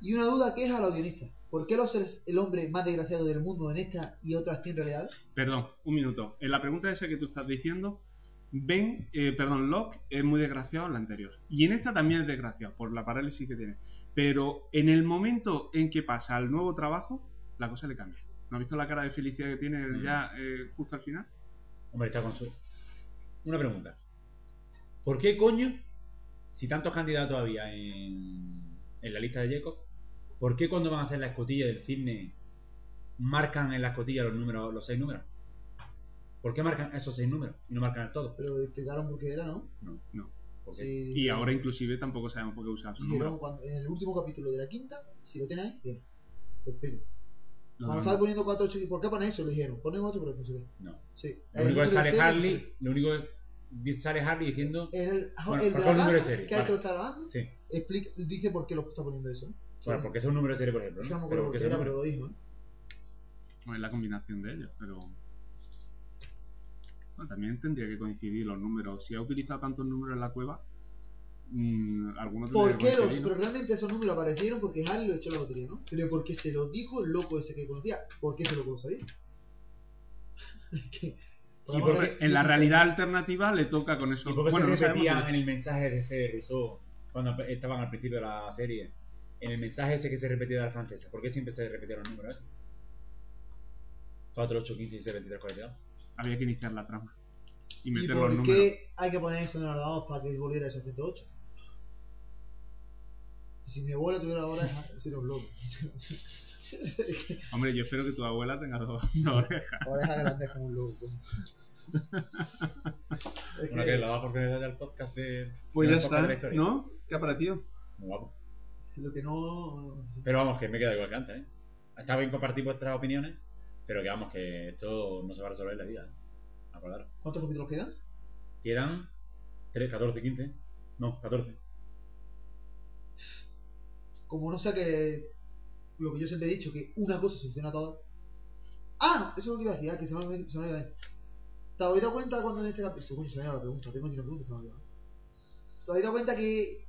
Speaker 4: Y una duda que es a los guionistas. ¿Por qué los es el hombre más desgraciado del mundo en esta y otras 100 realidades?
Speaker 3: perdón, un minuto. En la pregunta esa que tú estás diciendo, Ben, eh, perdón, Locke es muy desgraciado en la anterior. Y en esta también es desgraciado por la parálisis que tiene. Pero en el momento en que pasa al nuevo trabajo, la cosa le cambia. ¿No has visto la cara de felicidad que tiene
Speaker 2: Mm.
Speaker 3: ya eh, justo al final?
Speaker 2: Hombre, está con su. Una pregunta. ¿Por qué coño, si tantos candidatos había en, en la lista de Jacob, ¿por qué cuando van a hacer la escotilla del cisne marcan en la escotilla los números, los seis números? ¿Por qué marcan esos seis números y no marcan el todo?
Speaker 4: Pero explicaron por qué era, ¿no?
Speaker 2: No,
Speaker 3: no.
Speaker 2: ¿Por qué?
Speaker 4: Sí,
Speaker 3: Y ahora inclusive tampoco sabemos por qué usaba su
Speaker 4: Y luego
Speaker 3: número.
Speaker 4: cuando- en el último capítulo de la quinta, si lo tenéis, bien. Lo explico.
Speaker 3: Lo
Speaker 4: Cuando
Speaker 3: demás.
Speaker 4: estaba poniendo 4, 8, ¿y por qué ponen eso? Lo dijeron. Ponen 8, pero no sé qué.
Speaker 2: No.
Speaker 4: Sí.
Speaker 2: Lo único que
Speaker 4: El número
Speaker 2: sale
Speaker 4: de serie, no sé
Speaker 2: Harley, lo único que sale Harley diciendo.
Speaker 4: qué. El, ajá,
Speaker 2: Bueno,
Speaker 4: el
Speaker 2: ¿por
Speaker 4: de
Speaker 2: qué
Speaker 4: la
Speaker 2: el número de
Speaker 4: banda,
Speaker 2: serie?
Speaker 4: que al
Speaker 2: Vale.
Speaker 4: que lo está grabando,
Speaker 2: Sí.
Speaker 4: explica- dice por qué lo está poniendo eso. ¿eh?
Speaker 2: Bueno, porque ese es un número de serie, por ejemplo.
Speaker 4: Es
Speaker 2: ¿no?
Speaker 4: que no me
Speaker 2: Pero
Speaker 4: acuerdo por
Speaker 2: porque
Speaker 4: qué
Speaker 2: ese
Speaker 4: era, pero
Speaker 2: número-
Speaker 4: lo dijo. ¿eh?
Speaker 3: No es la combinación de ellos, pero. Bueno, también tendría que coincidir los números. Si ha utilizado tantos números en la cueva, mm, algunos
Speaker 4: ¿Por
Speaker 3: tendría
Speaker 4: qué
Speaker 3: que
Speaker 4: los,
Speaker 3: coincidir,
Speaker 4: pero
Speaker 3: ¿no?
Speaker 4: realmente esos números aparecieron porque Harley lo echó a la lotería, ¿no? Pero porque se los dijo el loco ese que conocía. ¿Por qué ese loco lo sabía? Que-
Speaker 2: Y porque-
Speaker 3: En la realidad alternativa le toca con eso.
Speaker 2: ¿Y por qué
Speaker 3: Bueno, no
Speaker 2: se
Speaker 3: sabemos.
Speaker 2: repetían en el mensaje de ese Rousseau cuando estaban al principio de la serie? En el mensaje ese que se repetía de la francesa. ¿Por qué siempre se repetían los números esos? 4, 8, 15, 16, 23, 42.
Speaker 3: Había que iniciar la trama y
Speaker 4: ¿Y
Speaker 3: meter los
Speaker 4: por
Speaker 3: números.
Speaker 4: qué hay que poner eso en el ordenador para que volviera a esos 108? Y si mi abuela tuviera ahora, sería un loco.
Speaker 3: Hombre, yo espero que tu abuela tenga dos dos orejas.
Speaker 4: Orejas grandes como un loco. Es
Speaker 2: Bueno, que lo va porque le da el podcast de.
Speaker 3: Pues
Speaker 2: de
Speaker 3: ya
Speaker 2: la época de la
Speaker 3: está,
Speaker 2: historia.
Speaker 3: ¿no? ¿Qué ha parecido?
Speaker 2: Muy guapo.
Speaker 4: lo que no.
Speaker 2: Pero vamos, que me queda igual que antes, ¿eh? Está bien compartir vuestras opiniones, pero que vamos, que esto no se va a resolver en la vida, ¿eh? Acordaros.
Speaker 4: ¿Cuántos capítulos quedan?
Speaker 2: Quedan 3, 14, 15. No, 14.
Speaker 4: Como no sea que. Lo que yo siempre he dicho, que una cosa soluciona todo. ¡Ah! Eso es lo que iba a decir, ah, que se me ha olvidado. se me ha olvidado. ¿Te habéis dado cuenta cuando en este capítulo. Coño, se me ha olvidado la pregunta, tengo aquí una pregunta, se me ha olvidado. ¿Te habéis dado cuenta que.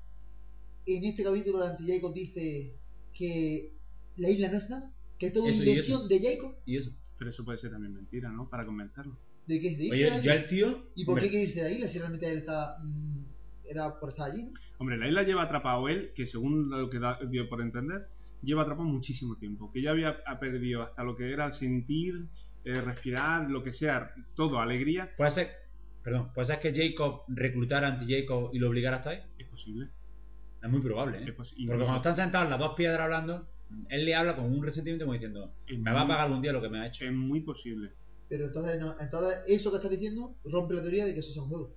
Speaker 4: En este capítulo, el anti-Jacob dice que la isla no es nada? Que es todo
Speaker 2: Eso, y
Speaker 4: invención de Jacob,
Speaker 2: Y eso.
Speaker 3: Pero eso puede ser también mentira, ¿no? Para convencerlo.
Speaker 4: de que es de Israel.
Speaker 2: Oye, yo al tío.
Speaker 4: ¿Y por
Speaker 2: hombre,
Speaker 4: qué quiere irse de la isla si realmente él estaba. mm, era por estar allí? ¿no?
Speaker 3: Hombre, la isla lleva atrapado él, que según lo que da- dio por entender, lleva atrapado muchísimo tiempo. Que ya había ha perdido hasta lo que era el sentir, eh, respirar, lo que sea, todo, alegría,
Speaker 2: Puede ser, perdón, puede ser que Jacob reclutara anti Jacob y lo obligara hasta ahí.
Speaker 3: es posible.
Speaker 2: Es muy probable,
Speaker 3: Es
Speaker 2: ¿eh?
Speaker 3: posi-
Speaker 2: Porque
Speaker 3: incluso
Speaker 2: cuando están sentados las dos piedras hablando, él le habla con un resentimiento como diciendo,
Speaker 3: es
Speaker 2: me va a
Speaker 3: muy-
Speaker 2: pagar un día lo que me ha hecho.
Speaker 3: Es muy posible.
Speaker 4: Pero entonces, no- entonces eso que estás diciendo rompe la teoría de que eso sea un juego.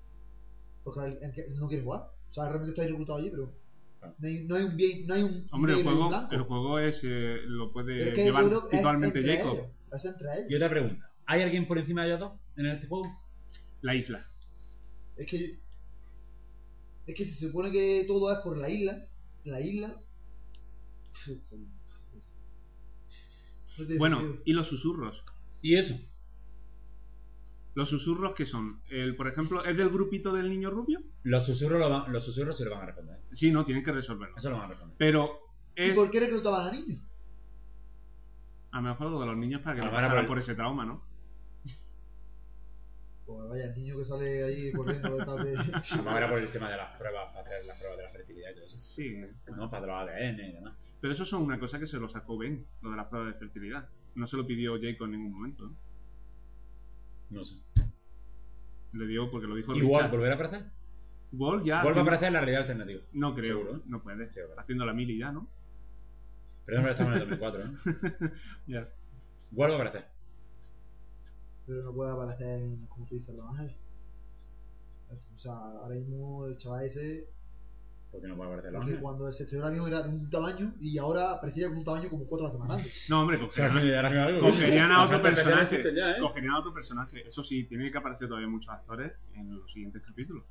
Speaker 4: Porque el, el que no quiere jugar. O sea, realmente estáis reclutado allí, pero.
Speaker 2: Claro.
Speaker 4: No hay, no hay un bien. No hay un
Speaker 3: Hombre, el
Speaker 4: negro y un
Speaker 3: juego,
Speaker 4: blanco.
Speaker 3: el juego es eh,
Speaker 4: Pero
Speaker 3: lo puede
Speaker 4: es que yo
Speaker 3: llevar
Speaker 4: creo que es
Speaker 3: totalmente
Speaker 4: entre
Speaker 3: Jacob.
Speaker 4: ellos. Es entre
Speaker 2: Y
Speaker 4: ellos.
Speaker 2: otra pregunta, ¿hay alguien por encima de ellos dos en este juego?
Speaker 3: La isla.
Speaker 4: Es que. yo- Es que si se supone que todo es por la isla. La isla. No tiene
Speaker 3: Bueno,
Speaker 4: sentido.
Speaker 3: y los susurros.
Speaker 2: Y eso,
Speaker 3: Los susurros que son, el, por ejemplo, ¿es del grupito del niño rubio?
Speaker 2: los susurros, lo van- los susurros se lo van a responder. ¿eh?
Speaker 3: Sí, no, tienen que resolverlo.
Speaker 2: Eso lo van a responder.
Speaker 3: Pero
Speaker 4: ¿Y
Speaker 3: es
Speaker 4: por qué reclutaban a niños?
Speaker 3: a lo mejor lo de los niños para que
Speaker 2: Ah,
Speaker 3: no
Speaker 2: para
Speaker 3: pasaran
Speaker 2: por-
Speaker 3: por ese trauma, ¿no?
Speaker 4: Como Pues vaya el niño que sale ahí corriendo de tarde.
Speaker 2: Además era por el tema de las pruebas, para hacer las pruebas de la fertilidad y todo eso.
Speaker 3: Sí,
Speaker 2: ¿no? Para los ADN y demás.
Speaker 3: pero eso es una cosa que se lo sacó Ben, lo de las pruebas de fertilidad. No se lo pidió Jacob en ningún momento. ¿no?
Speaker 2: No sé.
Speaker 3: Le dio porque lo dijo
Speaker 2: Igual,
Speaker 3: Richard.
Speaker 2: volver a aparecer.
Speaker 3: Wall
Speaker 2: Vuelve
Speaker 3: ya.
Speaker 2: a
Speaker 3: haciendo-
Speaker 2: aparecer en la realidad alternativa.
Speaker 3: No creo,
Speaker 2: Seguro, ¿eh?
Speaker 3: no puede.
Speaker 2: Sí, ¿verdad?
Speaker 3: Haciendo la mili ya, ¿no?
Speaker 2: Perdón, pero estamos en el 2004, ¿no?
Speaker 3: Ya.
Speaker 2: Vuelve a aparecer.
Speaker 4: Pero no puede aparecer, en, como tú dices, Los Ángeles. O sea, ahora mismo el chaval ese.
Speaker 2: Porque no puede aparecer los
Speaker 4: Porque
Speaker 2: ángeles.
Speaker 4: cuando se estrenó el avión era de un tamaño y ahora parecía de un tamaño como cuatro veces más grande.
Speaker 3: No, hombre,
Speaker 2: O sea,
Speaker 3: cogerían,
Speaker 2: que ahora mismo algo.
Speaker 3: cogerían a
Speaker 2: Los
Speaker 3: otro
Speaker 2: ángeles
Speaker 3: personaje.
Speaker 2: existen ya, ¿eh?
Speaker 3: Cogerían a otro personaje. Eso sí, tienen que aparecer todavía muchos actores en los siguientes capítulos.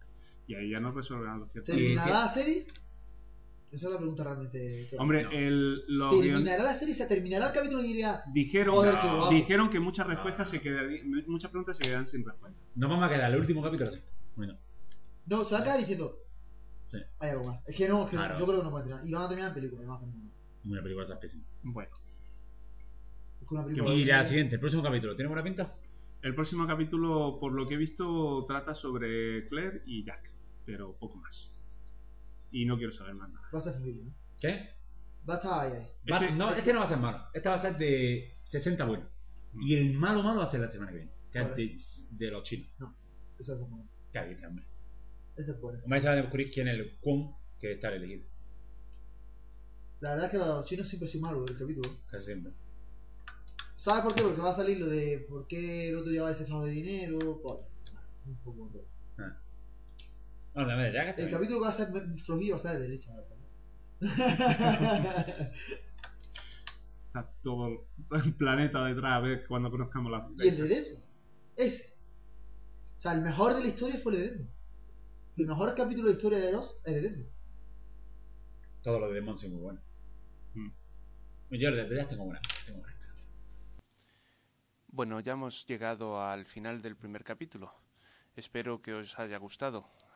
Speaker 3: Y ahí ya no resolverán los ciertos.
Speaker 4: ¿Terminará la serie? Esa es la pregunta realmente. que-
Speaker 3: Hombre,
Speaker 2: No.
Speaker 3: el, los guion-
Speaker 4: ¿Terminará la serie? ¿Se terminará el capítulo y diría
Speaker 3: dijeron,
Speaker 4: Joder,
Speaker 2: qué guapo.
Speaker 3: dijeron que muchas respuestas se quedarían, muchas preguntas se quedan sin respuesta.
Speaker 2: No vamos a quedar el último capítulo así. Bueno,
Speaker 4: No, se va a quedar diciendo.
Speaker 2: Sí.
Speaker 4: Hay algo más. Es que no, es que
Speaker 2: Claro.
Speaker 4: yo creo que no pueden terminar. Y van a terminar en película, y van a hacer ninguna.
Speaker 2: una película esa es pésima.
Speaker 3: Bueno,
Speaker 4: Es que una película.
Speaker 2: Y la siguiente, el próximo capítulo, ¿tiene buena pinta?
Speaker 3: el próximo capítulo, por lo que he visto, trata sobre Claire y Jack, pero poco más. Y no quiero saber más nada.
Speaker 4: Va a ser fluido, ¿no?
Speaker 2: ¿Qué?
Speaker 4: Va a estar ahí, ahí.
Speaker 2: Va-
Speaker 3: Es que-
Speaker 2: no, este no va a ser malo. Este va a ser de 60 buenos. Y el malo malo va a ser la semana que viene. Que
Speaker 4: Vale.
Speaker 2: es de, de los chinos.
Speaker 4: Ese es el bueno.
Speaker 2: ¿Qué dice, hombre?
Speaker 4: Ese es bueno.
Speaker 2: Además, se va a descubrir quién es el Kwon que está elegido.
Speaker 4: La verdad es que los chinos siempre son malos el capítulo.
Speaker 2: Casi siempre.
Speaker 4: ¿Sabes por qué? Porque va a salir lo de por qué el otro lleva ese fraude de dinero. Coño. Un poco de-
Speaker 2: No, la verdad, ya que está
Speaker 4: El
Speaker 2: bien.
Speaker 4: capítulo que va a ser flojillo va a ser de derecha. la verdad.
Speaker 3: Está todo el planeta detrás a ver cuando conozcamos la.
Speaker 4: y el de Desmond. Ese. O sea, el mejor de la historia fue el de Desmond. El mejor capítulo de historia de los es el de Desmond.
Speaker 2: Todo lo de Demon es muy bueno.
Speaker 3: Mm.
Speaker 2: Yo las de tengo buena. Tengo buena.
Speaker 1: Bueno, ya hemos llegado al final del primer capítulo. Espero que os haya gustado.